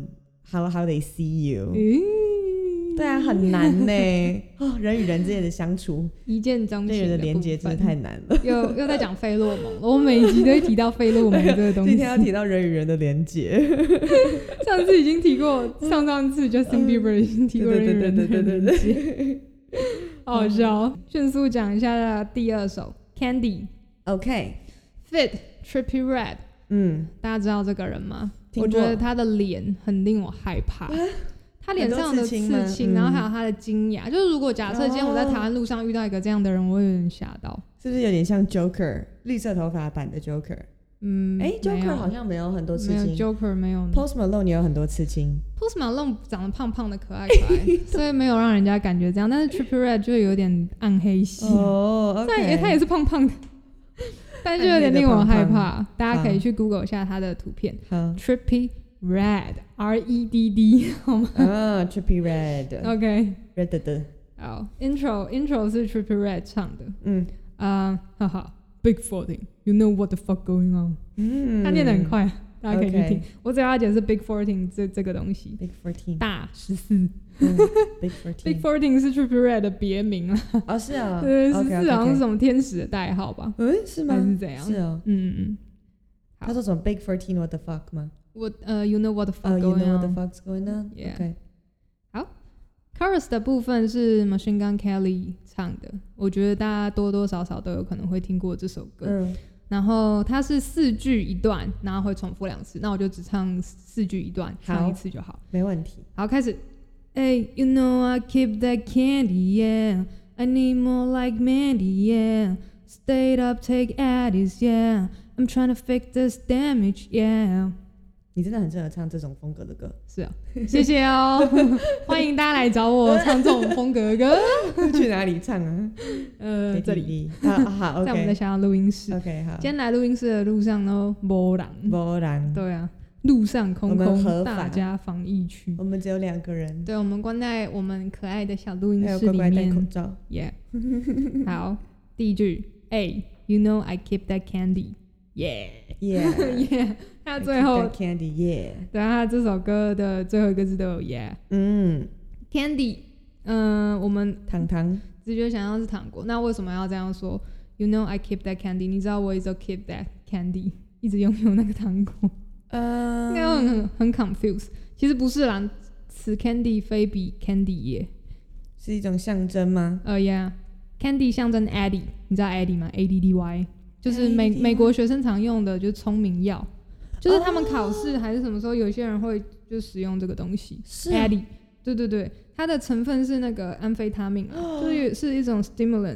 Speaker 2: how how they see you。
Speaker 1: 嗯，
Speaker 2: 对啊，很难呢、哦，人与人之间的相处，
Speaker 1: 一见钟
Speaker 2: 人
Speaker 1: 情
Speaker 2: 与人的连接
Speaker 1: 部分
Speaker 2: 真的太难了。
Speaker 1: 又又在讲费洛蒙了。我每一集都会提到费洛蒙这个东
Speaker 2: 今
Speaker 1: 西
Speaker 2: 天，要提到人与人的连接，
Speaker 1: 上次已经提过，上上次 Justin Bieber 已经提过人
Speaker 2: 对
Speaker 1: 与
Speaker 2: 对对
Speaker 1: 人的
Speaker 2: 嗯对对对
Speaker 1: 连
Speaker 2: 对
Speaker 1: 接，好好笑哦。迅速讲一下第二首 Candy
Speaker 2: OK，
Speaker 1: Fit Trippy Red，
Speaker 2: 嗯，
Speaker 1: 大家知道这个人吗？
Speaker 2: 听
Speaker 1: 我
Speaker 2: 过啊
Speaker 1: 觉得他的脸很令我害怕。他脸上的
Speaker 2: 很多
Speaker 1: 刺
Speaker 2: 刺
Speaker 1: 青，啊
Speaker 2: 青吗嗯哦
Speaker 1: 然后还有他的金牙，就是如果假设今天我在台湾路上遇到一个这样的人，我会有点吓到。
Speaker 2: 是不是有点像 Joker 绿色头发版的 Joker？
Speaker 1: 嗯，
Speaker 2: 哎、j o
Speaker 1: 没
Speaker 2: k
Speaker 1: 有
Speaker 2: e r 好像没有很多刺
Speaker 1: 没有
Speaker 2: 青
Speaker 1: Joker 没有
Speaker 2: ，Post Malone 也有很多刺青，
Speaker 1: Post Malone 长得胖胖的，可爱可 爱，所以没有让人家感觉这样。但是 Triple Red 就有点暗黑系，
Speaker 2: 哦
Speaker 1: 虽然也他也是胖 胖的，但就有点令我害怕。大家可以去 Google 一下他的图片
Speaker 2: 好
Speaker 1: ，Trippy Red R E D D 好吗
Speaker 2: 啊，Trippy Red，Red
Speaker 1: ？OK，
Speaker 2: 的的，
Speaker 1: 好，Intro Intro 是 Trippy Red 唱的，呃
Speaker 2: 嗯
Speaker 1: 啊，哈哈，Big Fourteen，You know what the fuck going on？
Speaker 2: 嗯
Speaker 1: 他念得很快，大家可以去听
Speaker 2: OK。
Speaker 1: 我只要解释 Big Fourteen 这这个东西，
Speaker 2: Big Fourteen，
Speaker 1: 大十四。
Speaker 2: 嗯 Big
Speaker 1: Big
Speaker 2: Fourteen，
Speaker 1: Fourteen 是 Triple Red 的别名了，
Speaker 2: 哦是 啊，
Speaker 1: 对，十
Speaker 2: OK，OK，OK
Speaker 1: 四好像是什么天使的代号吧？
Speaker 2: 嗯是吗
Speaker 1: 还？是怎样？
Speaker 2: 是哦，
Speaker 1: 嗯嗯，好
Speaker 2: 他说什么 Big Fourteen What the fuck 吗？
Speaker 1: 我呃，You know what the
Speaker 2: 哦
Speaker 1: fuck
Speaker 2: ，You
Speaker 1: going
Speaker 2: know what the
Speaker 1: on？
Speaker 2: fuck's going on？
Speaker 1: Yeah
Speaker 2: OK，
Speaker 1: Chorus 的部分是 Machine Gun Kelly 唱的，我觉得大家多多少少都有可能会听过这首歌。
Speaker 2: 嗯
Speaker 1: 然后它是四句一段，然后会重复两次，那我就只唱四句一段，
Speaker 2: 好
Speaker 1: 唱一次就好。
Speaker 2: 没问题。
Speaker 1: 好，开始。Hey, you know I keep that candy, yeah. I need more like Mandy, yeah. Stayed up, take Addis, yeah. I'm trying to fix this damage, yeah.
Speaker 2: 你真的很适合唱这种风格 的歌，
Speaker 1: 是 啊，谢谢哦，欢迎大家来找我唱这种风格的 歌。
Speaker 2: 去哪里唱 啊？
Speaker 1: 呃，这里
Speaker 2: KTV 啊，好
Speaker 1: 在我们的
Speaker 2: ，OK 呃
Speaker 1: 小小录音室。
Speaker 2: OK，好
Speaker 1: 今，天来录音室的路上呢，波浪。
Speaker 2: 波兰，
Speaker 1: 对啊，路上空
Speaker 2: 嗯我们
Speaker 1: 空，
Speaker 2: 合法
Speaker 1: 大家防疫区。
Speaker 2: 我们只有两个人，
Speaker 1: 对，我们关在我们可爱的小录音
Speaker 2: 还有
Speaker 1: 室
Speaker 2: 乖
Speaker 1: 里
Speaker 2: 乖戴
Speaker 1: 面。
Speaker 2: 口罩。
Speaker 1: Yeah，好，第一句，A，you know I keep that candy。Yeah，yeah，
Speaker 2: Yeah，
Speaker 1: 那最后
Speaker 2: I keep that，Candy Yeah，
Speaker 1: 对啊，他这首歌的最后一个字都有 Yeah。
Speaker 2: 嗯，
Speaker 1: Candy，嗯、我们
Speaker 2: 糖糖
Speaker 1: 直觉想象是糖果，那为什么要这样说？You know I keep that candy，你知道我一直 keep that candy，一直拥有那个糖果，应该会
Speaker 2: 嗯，
Speaker 1: 很很 confuse。其实不是啦，此 candy 非彼 candy 也。
Speaker 2: 是一种象征吗？
Speaker 1: 呃呀，Candy 象征 Addy，你知道 Addy 吗？ADDY 就是美
Speaker 2: ADDY
Speaker 1: 美国学生常用的，就是聪明药，就是他们
Speaker 2: 哦
Speaker 1: 考试还是什么时候，有些人会就使用这个东西。
Speaker 2: 是哦
Speaker 1: Addy，对对对，它的成分是那个安非他命
Speaker 2: 哦
Speaker 1: 啊，就是是一种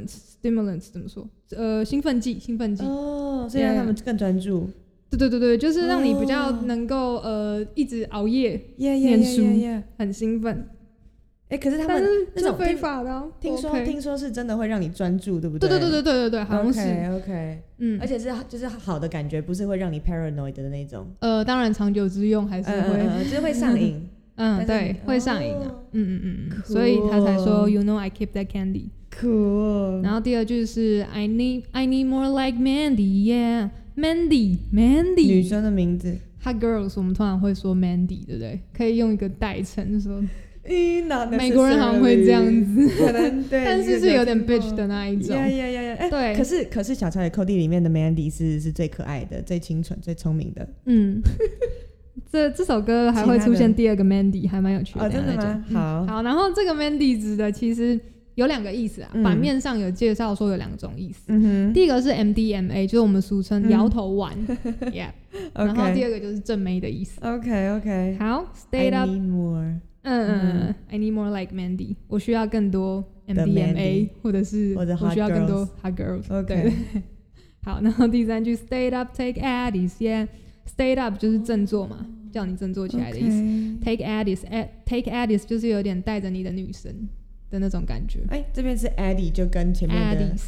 Speaker 1: stimulant，stimulant 怎么说？呃，兴奋剂，兴奋剂。
Speaker 2: 哦，所以让他们更专注。
Speaker 1: 对对对对，就是让你比较
Speaker 2: 哦
Speaker 1: 能够呃一直熬夜，
Speaker 2: Yeah
Speaker 1: 念
Speaker 2: yeah
Speaker 1: 书
Speaker 2: yeah yeah, yeah。
Speaker 1: 很兴奋。
Speaker 2: 哎，可是他
Speaker 1: 但
Speaker 2: 们
Speaker 1: 是
Speaker 2: 那
Speaker 1: 这
Speaker 2: 种
Speaker 1: 非
Speaker 2: 听
Speaker 1: 法的啊，
Speaker 2: 听
Speaker 1: 不
Speaker 2: 说
Speaker 1: OK
Speaker 2: 听说是真的会让你专注，对不
Speaker 1: 对
Speaker 2: 对
Speaker 1: 对对对对对对，好像是
Speaker 2: OK OK，
Speaker 1: 嗯
Speaker 2: 而。且是就是好的感觉，不是会让你 paranoid 的那种，
Speaker 1: 呃，当然长久之用还
Speaker 2: 嗯
Speaker 1: 是
Speaker 2: 嗯
Speaker 1: 会，
Speaker 2: 嗯嗯就是会 上瘾。
Speaker 1: 嗯，
Speaker 2: 但是
Speaker 1: 对，会上瘾啊
Speaker 2: 哦，
Speaker 1: 嗯嗯嗯，嗯
Speaker 2: Cool
Speaker 1: 所以他才说 You know I keep that candy。
Speaker 2: Cool，
Speaker 1: 然后第二句是 I need I need more like Mandy, yeah, Mandy,
Speaker 2: 女
Speaker 1: Mandy。
Speaker 2: 生的名字，
Speaker 1: Hot girls，我们通常会说 Mandy，对不对？可以用一个代称说，
Speaker 2: 咦，哪
Speaker 1: 美国人好像会这样子，
Speaker 2: 嗯可能 对，
Speaker 1: 但是是有点 bitch 的那一种
Speaker 2: 呀。呀呀呀！哎
Speaker 1: 对
Speaker 2: 可是可是《小乔与寇弟》里面的 Mandy 是是最可爱的、最清纯、最聪明的
Speaker 1: 嗯， 这这首歌还会出
Speaker 2: 其他
Speaker 1: 现
Speaker 2: 的
Speaker 1: 第二个 Mandy，还蛮有趣
Speaker 2: 哦，真的
Speaker 1: 等一下再讲
Speaker 2: 吗？好，
Speaker 1: 嗯好，然后这个 Mandy 指的其实有两个意思啊，
Speaker 2: 嗯
Speaker 1: 版面上有介绍说有两种意思。
Speaker 2: 嗯哼
Speaker 1: 第一个是 MDMA，就是我们俗称
Speaker 2: 嗯
Speaker 1: 摇头 丸，Yeah。然后第
Speaker 2: ，OK
Speaker 1: 二个就是正妹的意思。
Speaker 2: OK OK，
Speaker 1: 好，Stayed up，
Speaker 2: I need more
Speaker 1: 嗯嗯嗯，I need more like Mandy，我需要更多 MDMA，
Speaker 2: Mandy
Speaker 1: 或者是
Speaker 2: 或者
Speaker 1: 我
Speaker 2: hot
Speaker 1: 需要更多 hot girls。
Speaker 2: OK
Speaker 1: 对 对好，然后第三句 Stayed up, take Addies，Yeah。Stayed up 就是振作嘛，叫你振作起来的意思。
Speaker 2: 思。
Speaker 1: Take Addis，Take Addis 就是有点带着你的女神的那种感觉。
Speaker 2: 哎，这边是 Eddie，就跟前面的
Speaker 1: Addis，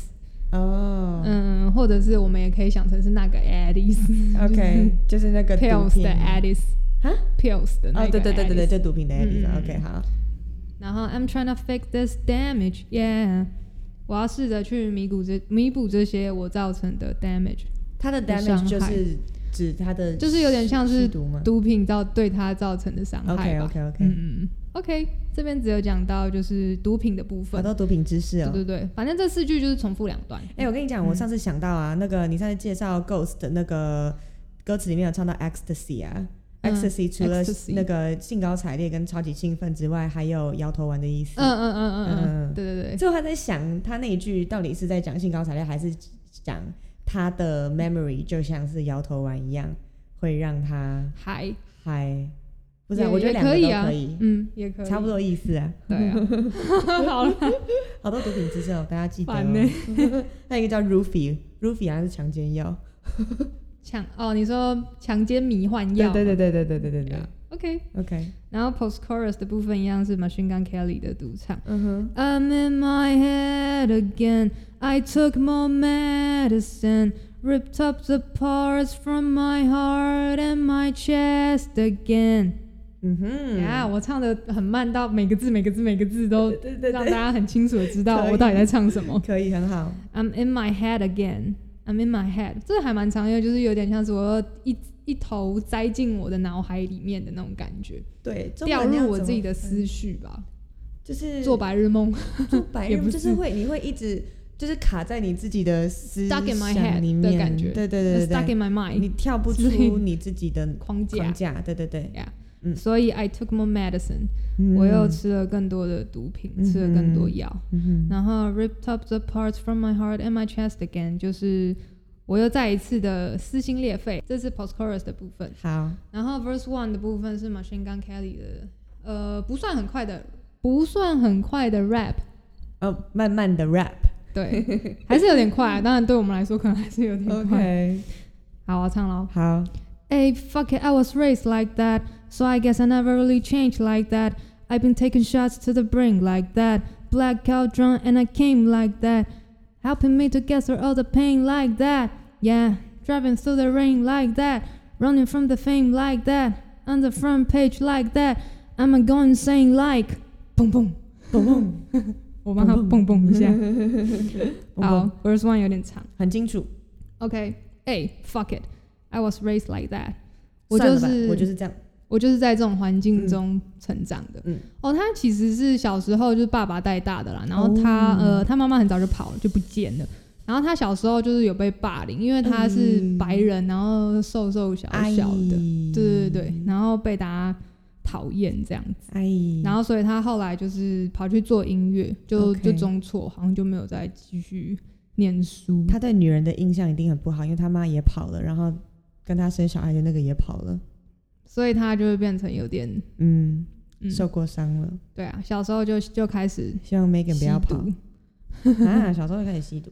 Speaker 2: 哦
Speaker 1: 嗯，或者是我们也可以想成是那个 Addis，
Speaker 2: ，OK，就是那个毒
Speaker 1: pills
Speaker 2: 品
Speaker 1: 的 Addis
Speaker 2: 啊
Speaker 1: pills 的那
Speaker 2: 哦，
Speaker 1: 个
Speaker 2: 对对对对对，
Speaker 1: Addis
Speaker 2: 就毒品的 Eddie
Speaker 1: 嗯嗯嗯
Speaker 2: OK，好，
Speaker 1: 然后 I'm trying to fix this damage，yeah，我要试着去弥补这弥补这些我造成的 damage，
Speaker 2: 他的
Speaker 1: 伤害
Speaker 2: damage 就是指他的
Speaker 1: 就是有点像是
Speaker 2: 吸毒吗
Speaker 1: 毒品造对他造成的伤害
Speaker 2: ？OK
Speaker 1: 吧。
Speaker 2: OK OK，
Speaker 1: 嗯嗯嗯，OK，这边只有讲到就是毒品的部
Speaker 2: 好
Speaker 1: 分，
Speaker 2: 多毒品知识
Speaker 1: 对
Speaker 2: 哦。
Speaker 1: 对对，反正这四句就是重复两段。
Speaker 2: 哎、我跟你讲，我
Speaker 1: 嗯
Speaker 2: 上次想到啊，那个你上次介绍 Ghost 的那个歌词里面有唱到 ecstasy 啊、
Speaker 1: 嗯
Speaker 2: e x t a s y 除了
Speaker 1: ecstasy
Speaker 2: 那个兴高采烈跟超级兴奋之外，还有摇头丸的意思。
Speaker 1: 嗯嗯嗯嗯嗯，
Speaker 2: 嗯
Speaker 1: 对对对，
Speaker 2: 最后他在想，他那一句到底是在讲兴高采烈，还是讲他的 memory 就像是摇头丸一样，会让他
Speaker 1: 还
Speaker 2: 嗨？不是、啊，
Speaker 1: 也
Speaker 2: 我觉得
Speaker 1: 也
Speaker 2: 两个都
Speaker 1: 可以啊
Speaker 2: 可以，
Speaker 1: 嗯也可以，
Speaker 2: 差不多意思啊。
Speaker 1: 对啊， 好了，
Speaker 2: 好多毒品知识哦，大家记得、
Speaker 1: 烦欸呢
Speaker 2: 哦。 还有一个叫 Rufi，Rufi 好像是强奸药。
Speaker 1: 强哦，你说强奸迷幻 药啊
Speaker 2: 对
Speaker 1: 吗，
Speaker 2: 对对对对对对对对。
Speaker 1: ，OK。
Speaker 2: OK，
Speaker 1: 然后 post chorus 的部分一样是 Machine Gun Kelly 的独唱。
Speaker 2: 嗯哼，
Speaker 1: I'm in my head again. I took more medicine, ripped up the parts from my heart and my chest again.
Speaker 2: 嗯哼，
Speaker 1: 呀、我唱的很慢，到每个字、每个字、每个字都
Speaker 2: 对对对
Speaker 1: 让大家很清楚的知道
Speaker 2: 可以
Speaker 1: 我到底在唱什么。
Speaker 2: 可以很好。
Speaker 1: I'm in my head again. I'm in my head，这还蛮常用，就是有点像是我一一头栽进我的脑海里面的那种感觉，
Speaker 2: 对，中
Speaker 1: 掉
Speaker 2: 文要
Speaker 1: 入我
Speaker 2: 怎
Speaker 1: 自己
Speaker 2: 么
Speaker 1: 的
Speaker 2: 分
Speaker 1: 思绪吧，
Speaker 2: 就是
Speaker 1: 做白日梦。
Speaker 2: 做 白
Speaker 1: 也
Speaker 2: 日
Speaker 1: 不
Speaker 2: 梦，就是会你会一直就是卡在你自己的思
Speaker 1: Stuck in my
Speaker 2: 想
Speaker 1: head
Speaker 2: 里
Speaker 1: 的
Speaker 2: 面
Speaker 1: 感觉
Speaker 2: 对对对
Speaker 1: stuck
Speaker 2: 对
Speaker 1: in my
Speaker 2: 对，你
Speaker 1: mind
Speaker 2: 跳不
Speaker 1: 之类
Speaker 2: 出你自己的
Speaker 1: 框架
Speaker 2: 框架，对对对，
Speaker 1: ，yeah，、
Speaker 2: 嗯
Speaker 1: 所以 I took more medicine，、
Speaker 2: 嗯
Speaker 1: 我又吃了更多的毒品，
Speaker 2: 嗯哼
Speaker 1: 吃了更多药，
Speaker 2: 嗯哼
Speaker 1: 然后 ripped up the parts from my heart and my chest again，就是我又再一次的撕心裂肺，这是 post chorus 的部分，
Speaker 2: 好，
Speaker 1: 然后 verse one 的部分是 Machine Gun Kelly 的，呃，不算很快的，不算很快的 rap，
Speaker 2: 呃，慢慢的 rap，
Speaker 1: 对，还是有点快、啊当然对我们来说可能还是有点快。好，我唱了哦。
Speaker 2: 好，
Speaker 1: Hey, fuck it, I was raised like that, so I guess I never really changed like that. I've been taking shots to the brink like that, blackout drunk, and I came like that, helping me to get through all the pain like that. Yeah, driving through the rain like that, running from the fame like that, on the front page like that. I'm a going saying like, boom boom，
Speaker 2: 蹦蹦，
Speaker 1: 我帮他 boom boom 一下。
Speaker 2: 蹦蹦，
Speaker 1: 好，verse one 有点长。
Speaker 2: 很清楚，
Speaker 1: OK，哎、欸、，fuck it，I was raised like that，我
Speaker 2: 算
Speaker 1: 就
Speaker 2: 了吧
Speaker 1: 是
Speaker 2: 我就是这样，
Speaker 1: 我就是在这种环境中成长的。
Speaker 2: 嗯
Speaker 1: 哦，他其实是小时候就是爸爸带大的啦，然后他、
Speaker 2: 哦
Speaker 1: 呃，他妈妈很早就跑了，就不见了。然后他小时候就是有被霸凌，因为他是
Speaker 2: 嗯
Speaker 1: 白人，然后瘦瘦小
Speaker 2: 哎
Speaker 1: 小的，对对对，然后被大家讨厌这样子。
Speaker 2: 哎，
Speaker 1: 然后所以他后来就是跑去做音乐，就
Speaker 2: OK
Speaker 1: 就中辍，好像就没有再继续念书。
Speaker 2: 他对女人的印象一定很不好，因为他妈也跑了，然后跟他生小孩的那个也跑了，
Speaker 1: 所以他就会变成有点，
Speaker 2: 嗯，
Speaker 1: 嗯，
Speaker 2: 受过伤了，
Speaker 1: 对啊，小时候就就开始
Speaker 2: 希望 Megan 不要
Speaker 1: 吸
Speaker 2: 跑
Speaker 1: 毒
Speaker 2: 啊，小时候就开始 吸毒，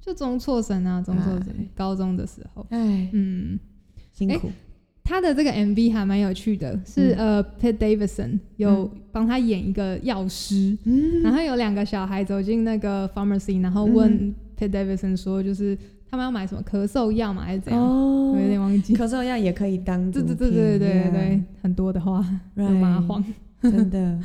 Speaker 1: 就中辍生啊，中辍生
Speaker 2: 哎，
Speaker 1: 高中的时候，
Speaker 2: 哎，
Speaker 1: 嗯，
Speaker 2: 辛苦，
Speaker 1: 他的这个 MV 还蛮有趣的，是、
Speaker 2: 嗯
Speaker 1: 呃 Pete Davidson 有帮他演一个药师，
Speaker 2: 嗯
Speaker 1: 然后有两个小孩走进那个 pharmacy，然后问
Speaker 2: 嗯
Speaker 1: Pete Davidson 说，就是他们要买什么咳嗽药嘛，还是怎样？
Speaker 2: 哦
Speaker 1: 我有点忘记。
Speaker 2: 咳嗽药也可以当
Speaker 1: 对
Speaker 2: 毒
Speaker 1: 对
Speaker 2: 品，
Speaker 1: 对对对对对，很多的话
Speaker 2: 对
Speaker 1: 很麻，慌。
Speaker 2: 真的，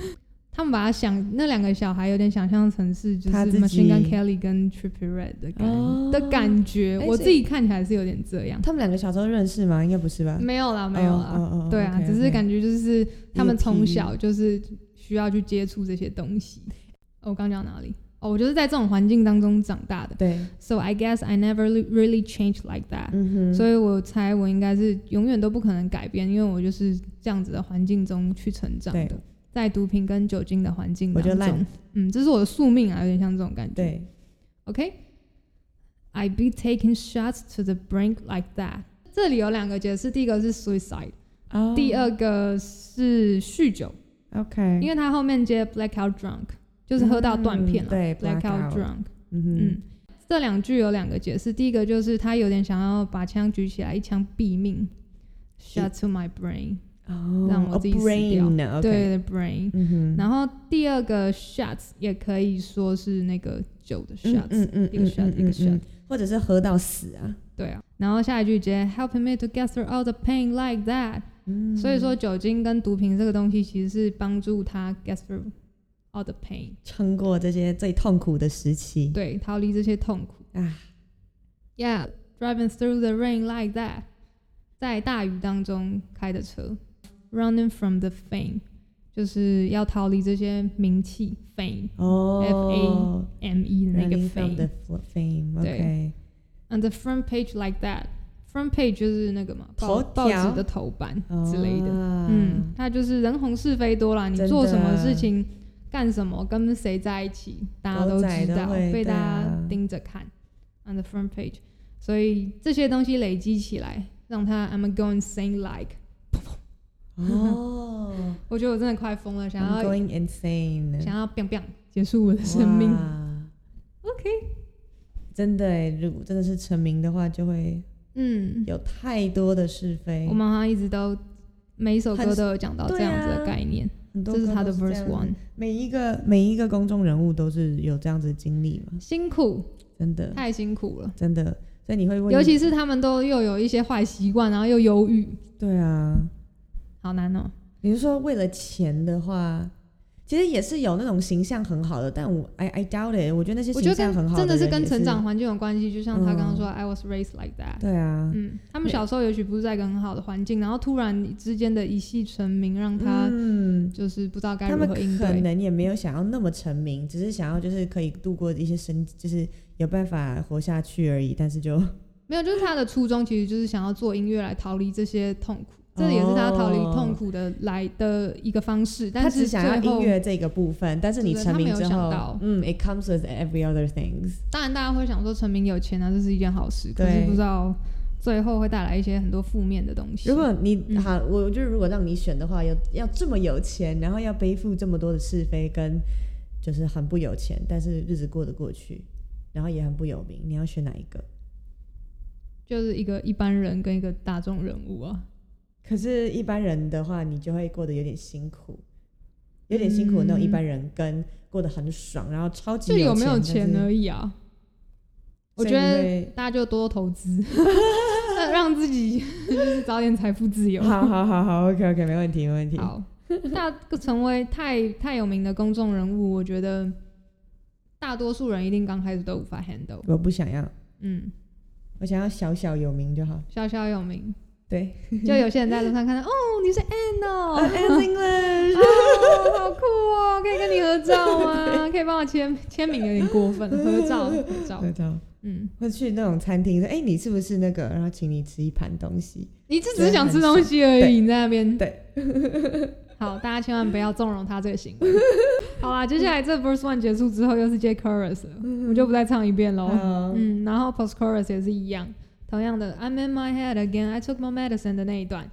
Speaker 1: 他们把他想那两个小孩有点想象成是就是
Speaker 2: 他自己
Speaker 1: Machine Gun Kelly 跟 Trippie Red 的感、
Speaker 2: 哦
Speaker 1: 的感觉，
Speaker 2: 哎
Speaker 1: 我
Speaker 2: 所以
Speaker 1: 自己看起来是有点这样。
Speaker 2: 他们两个小时候认识吗？应该不是吧？
Speaker 1: 没有啦，嗯没有啦，
Speaker 2: 哦哦哦
Speaker 1: 对啊
Speaker 2: OK，OK 嗯
Speaker 1: 只是感觉就是他们从小
Speaker 2: 一
Speaker 1: 就是需要去接触这些东西。哦我刚讲哪里？哦，我就是在这种环境当中长大的
Speaker 2: 对，
Speaker 1: ，so I guess I never li- really changed like that、
Speaker 2: 嗯哼，
Speaker 1: 所以我猜我应该是永远都不可能改变，因为我就是这样子的环境中去成长
Speaker 2: 对
Speaker 1: 的，在毒品跟酒精的环境
Speaker 2: 我
Speaker 1: 当
Speaker 2: 就
Speaker 1: 中
Speaker 2: 烂，
Speaker 1: 嗯，这是我的宿命啊，有点像这种感觉。
Speaker 2: 对，
Speaker 1: Okay? I be taking shots to the brink like that. 这里有两个解释，第一个是 suicide，、
Speaker 2: 哦
Speaker 1: 第二个是酗酒，因
Speaker 2: ，OK，
Speaker 1: 为他后面接 blackout drunk，就是喝到断片
Speaker 2: 嗯
Speaker 1: 了、
Speaker 2: 对
Speaker 1: blackout
Speaker 2: blackout
Speaker 1: drunk。
Speaker 2: 嗯哼，
Speaker 1: 嗯，这两句有两个解释，第一个就是他有点想要把枪举起来，一枪毙
Speaker 2: 嗯
Speaker 1: 命，shot to my brain，、
Speaker 2: 哦，
Speaker 1: 让我自己死掉
Speaker 2: o k
Speaker 1: 对，the brain。
Speaker 2: 嗯哼，
Speaker 1: 然后第二个 shots 也可以说是那个酒的 shots，、
Speaker 2: 嗯嗯
Speaker 1: 一个 shot，一个 shot
Speaker 2: 或者是喝到死啊，
Speaker 1: 对啊，然后下一句接 helping me to get through all the pain like that、
Speaker 2: 嗯
Speaker 1: 所以说酒精跟毒品这个东西其实是帮助他 get through all the pain，
Speaker 2: 撑过这些最痛苦的时期
Speaker 1: 对，逃离这些痛苦。
Speaker 2: 啊，
Speaker 1: Yeah, driving through the rain like that，在大雨当中开的车，running from the fame，就是要逃离这些名气 fame。
Speaker 2: 哦
Speaker 1: M E 的那个
Speaker 2: Running from
Speaker 1: fame
Speaker 2: the fl- fame，OK，、
Speaker 1: 对 on the front page like that。front page 就是那个嘛，报
Speaker 2: 头
Speaker 1: 报
Speaker 2: 条
Speaker 1: 纸的头版之类的。
Speaker 2: 啊
Speaker 1: 嗯，，他就是人红是非多啦，你
Speaker 2: 真的
Speaker 1: 做什么事情、干什么、跟谁在一起，大家都
Speaker 2: 狗仔
Speaker 1: 知
Speaker 2: 都
Speaker 1: 道，
Speaker 2: 会啊
Speaker 1: 被大家
Speaker 2: 的
Speaker 1: 盯着看。On the front page，所以这些东西累积起来，让他 I'm going insane like，
Speaker 2: 哦
Speaker 1: 我觉得我真的快疯了，想
Speaker 2: ，I'm
Speaker 1: 要
Speaker 2: going insane，
Speaker 1: 想要 biang biang 结束我的生命。
Speaker 2: 哇
Speaker 1: OK，
Speaker 2: 真的欸，如果真的是成名的话，就会
Speaker 1: 嗯，
Speaker 2: 有太多的是非
Speaker 1: 我。们好像一直都每一首歌
Speaker 2: 很
Speaker 1: 都有讲到
Speaker 2: 对
Speaker 1: 这样子的
Speaker 2: 啊
Speaker 1: 概念，
Speaker 2: 很多
Speaker 1: 这是
Speaker 2: 歌
Speaker 1: 他
Speaker 2: 都
Speaker 1: 的
Speaker 2: 是这
Speaker 1: verse
Speaker 2: 样子
Speaker 1: one。
Speaker 2: 每一个每一个公众人物都是有这样子的经历嘛，
Speaker 1: 辛苦，
Speaker 2: 真的
Speaker 1: 太辛苦了，
Speaker 2: 真的，所以你会问，
Speaker 1: 尤其是他们都又有一些坏习惯，然后又忧郁，
Speaker 2: 对啊，
Speaker 1: 好难哦、
Speaker 2: 你是说为了钱的话，其实也是有那种形象很好的，但我 I I doubt it，我觉得那些
Speaker 1: 我觉
Speaker 2: 形
Speaker 1: 得
Speaker 2: 象很
Speaker 1: 跟
Speaker 2: 好
Speaker 1: 真
Speaker 2: 的
Speaker 1: 的是
Speaker 2: 人
Speaker 1: 跟
Speaker 2: 也
Speaker 1: 成长环境有关系，就像他刚刚
Speaker 2: 嗯
Speaker 1: 说、i was raised like that。
Speaker 2: 对啊，
Speaker 1: 嗯，他们小时候也许不是在一个很好的环境，然后突然之间的一系成名，让他
Speaker 2: 嗯，
Speaker 1: 就是不知道该
Speaker 2: 他
Speaker 1: 如
Speaker 2: 们
Speaker 1: 何应
Speaker 2: 可
Speaker 1: 对。
Speaker 2: 能也没有想要那么成名，只是想要就是可以度过一些生，就是有办法活下去而已。但是就
Speaker 1: 没有，就是他的初衷其实就是想要做音乐来逃离这些痛苦，这也是他逃离痛苦的来的一个方式。
Speaker 2: 哦他
Speaker 1: 但
Speaker 2: 只
Speaker 1: 是
Speaker 2: 想要
Speaker 1: 最
Speaker 2: 音
Speaker 1: 后，
Speaker 2: 乐这个部分，但是你
Speaker 1: 对
Speaker 2: 成
Speaker 1: 他没
Speaker 2: 名
Speaker 1: 有
Speaker 2: 之
Speaker 1: 想
Speaker 2: 后
Speaker 1: 到，
Speaker 2: 嗯，it comes with every other things。
Speaker 1: 当然大家会想说成名有钱啊，这是一件好事，可
Speaker 2: 对
Speaker 1: 是不知道最后会带来一些很多负面的东西。
Speaker 2: 如果你、
Speaker 1: 嗯
Speaker 2: 好，我就是如果让你选的话，要要这么有钱，然后要背负这么多的是非，跟就是很不有钱，但是日子过得过去，然后也很不有名，你要选哪一个？
Speaker 1: 就是一个一般人跟一个大众人物啊，
Speaker 2: 可是，一般人的话，你就会过得有点辛苦，有点辛苦的那
Speaker 1: 嗯
Speaker 2: 种一般人，跟过得很爽，然后超级
Speaker 1: 就有没有
Speaker 2: 钱
Speaker 1: 钱
Speaker 2: 但是
Speaker 1: 而已啊。我
Speaker 2: 所以
Speaker 1: 觉
Speaker 2: 你
Speaker 1: 得
Speaker 2: 会
Speaker 1: 大家就多多投资， 让自己就是早点财富自由。
Speaker 2: 好好好好，OK OK，没问题没问题。
Speaker 1: 好，那个成为太太有名的公众人物，我觉得大多数人一定刚开始都无法 handle。
Speaker 2: 我不想要，
Speaker 1: 嗯，
Speaker 2: 我想要小小有名就好。
Speaker 1: 小小有名，
Speaker 2: 对
Speaker 1: 就有些人在路上看到，哦，你是 Anne 哦，
Speaker 2: 啊，As English，
Speaker 1: 哦好酷哦，可以跟你合照 吗？可以帮我签签名，有点过分，合照合照，
Speaker 2: 知道。
Speaker 1: 嗯，
Speaker 2: 会去那种餐厅说：“哎、你是不是那个？”然后请你吃一盘东西。
Speaker 1: 你就只是想吃东西而
Speaker 2: 对
Speaker 1: 已，你在那边
Speaker 2: 对。
Speaker 1: 好，大家千万不要纵容他这个行 为。好啦，接下来这 verse one 结束之后又是接 chorus，了我就不再唱一遍喽。
Speaker 2: 嗯好
Speaker 1: 嗯，然后 post chorus 也是一样，同样的 I'm in my head again, I took my medicine 的那一段，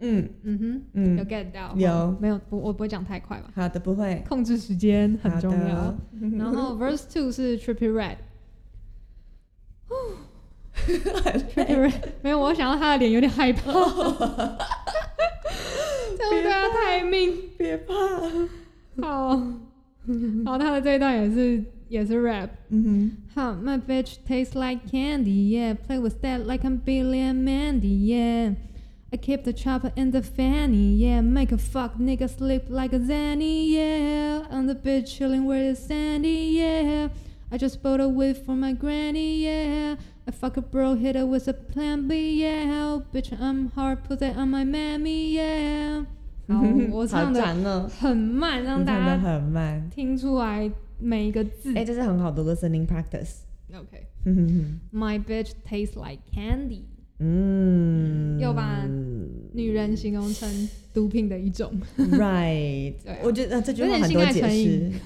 Speaker 2: 嗯
Speaker 1: 嗯哼，有
Speaker 2: 嗯，
Speaker 1: get 到？
Speaker 2: 有
Speaker 1: 没有？不，我不会讲太快吧，
Speaker 2: 好的，不会，
Speaker 1: 控制时间很
Speaker 2: 好
Speaker 1: 重
Speaker 2: 的
Speaker 1: 要。。然后 verse two 是 trippy red。Trippy Red 没有，我想到他的脸有点害怕， 这样对他太命。
Speaker 2: 别怕，
Speaker 1: 好， 好，他的这一段也是也是 rap。
Speaker 2: 嗯
Speaker 1: 好，My bitch tastes like candy, yeah. Play with that like I'm Billy and Mandy, yeah. I keep the chopper in the fanny, yeah. Make a fuck nigga sleep like a zanny, yeah. On the bitch chilling where it's sandy, yeah. I just bought a whip for my granny, yeah. I fuck a bro, hit her with a plan B, yeah. Bitch, I'm hard, put that on my mammy, yeah. 好，
Speaker 2: 哼，
Speaker 1: 我
Speaker 2: 好
Speaker 1: 唱的
Speaker 2: 长哦，
Speaker 1: 很慢，让
Speaker 2: 你
Speaker 1: 大
Speaker 2: 唱的
Speaker 1: 家
Speaker 2: 很慢。
Speaker 1: 听出来每一个字
Speaker 2: 哎、。这是很好的 listening practice。
Speaker 1: OK。
Speaker 2: 哼哼哼
Speaker 1: My bitch tastes like candy，、
Speaker 2: 嗯，
Speaker 1: 又把女人形容成毒品的一种。
Speaker 2: 嗯 Right，
Speaker 1: 对啊
Speaker 2: 我觉得、呃这句话
Speaker 1: 有点
Speaker 2: 很多
Speaker 1: 性爱
Speaker 2: 解
Speaker 1: 成
Speaker 2: 释
Speaker 1: 瘾。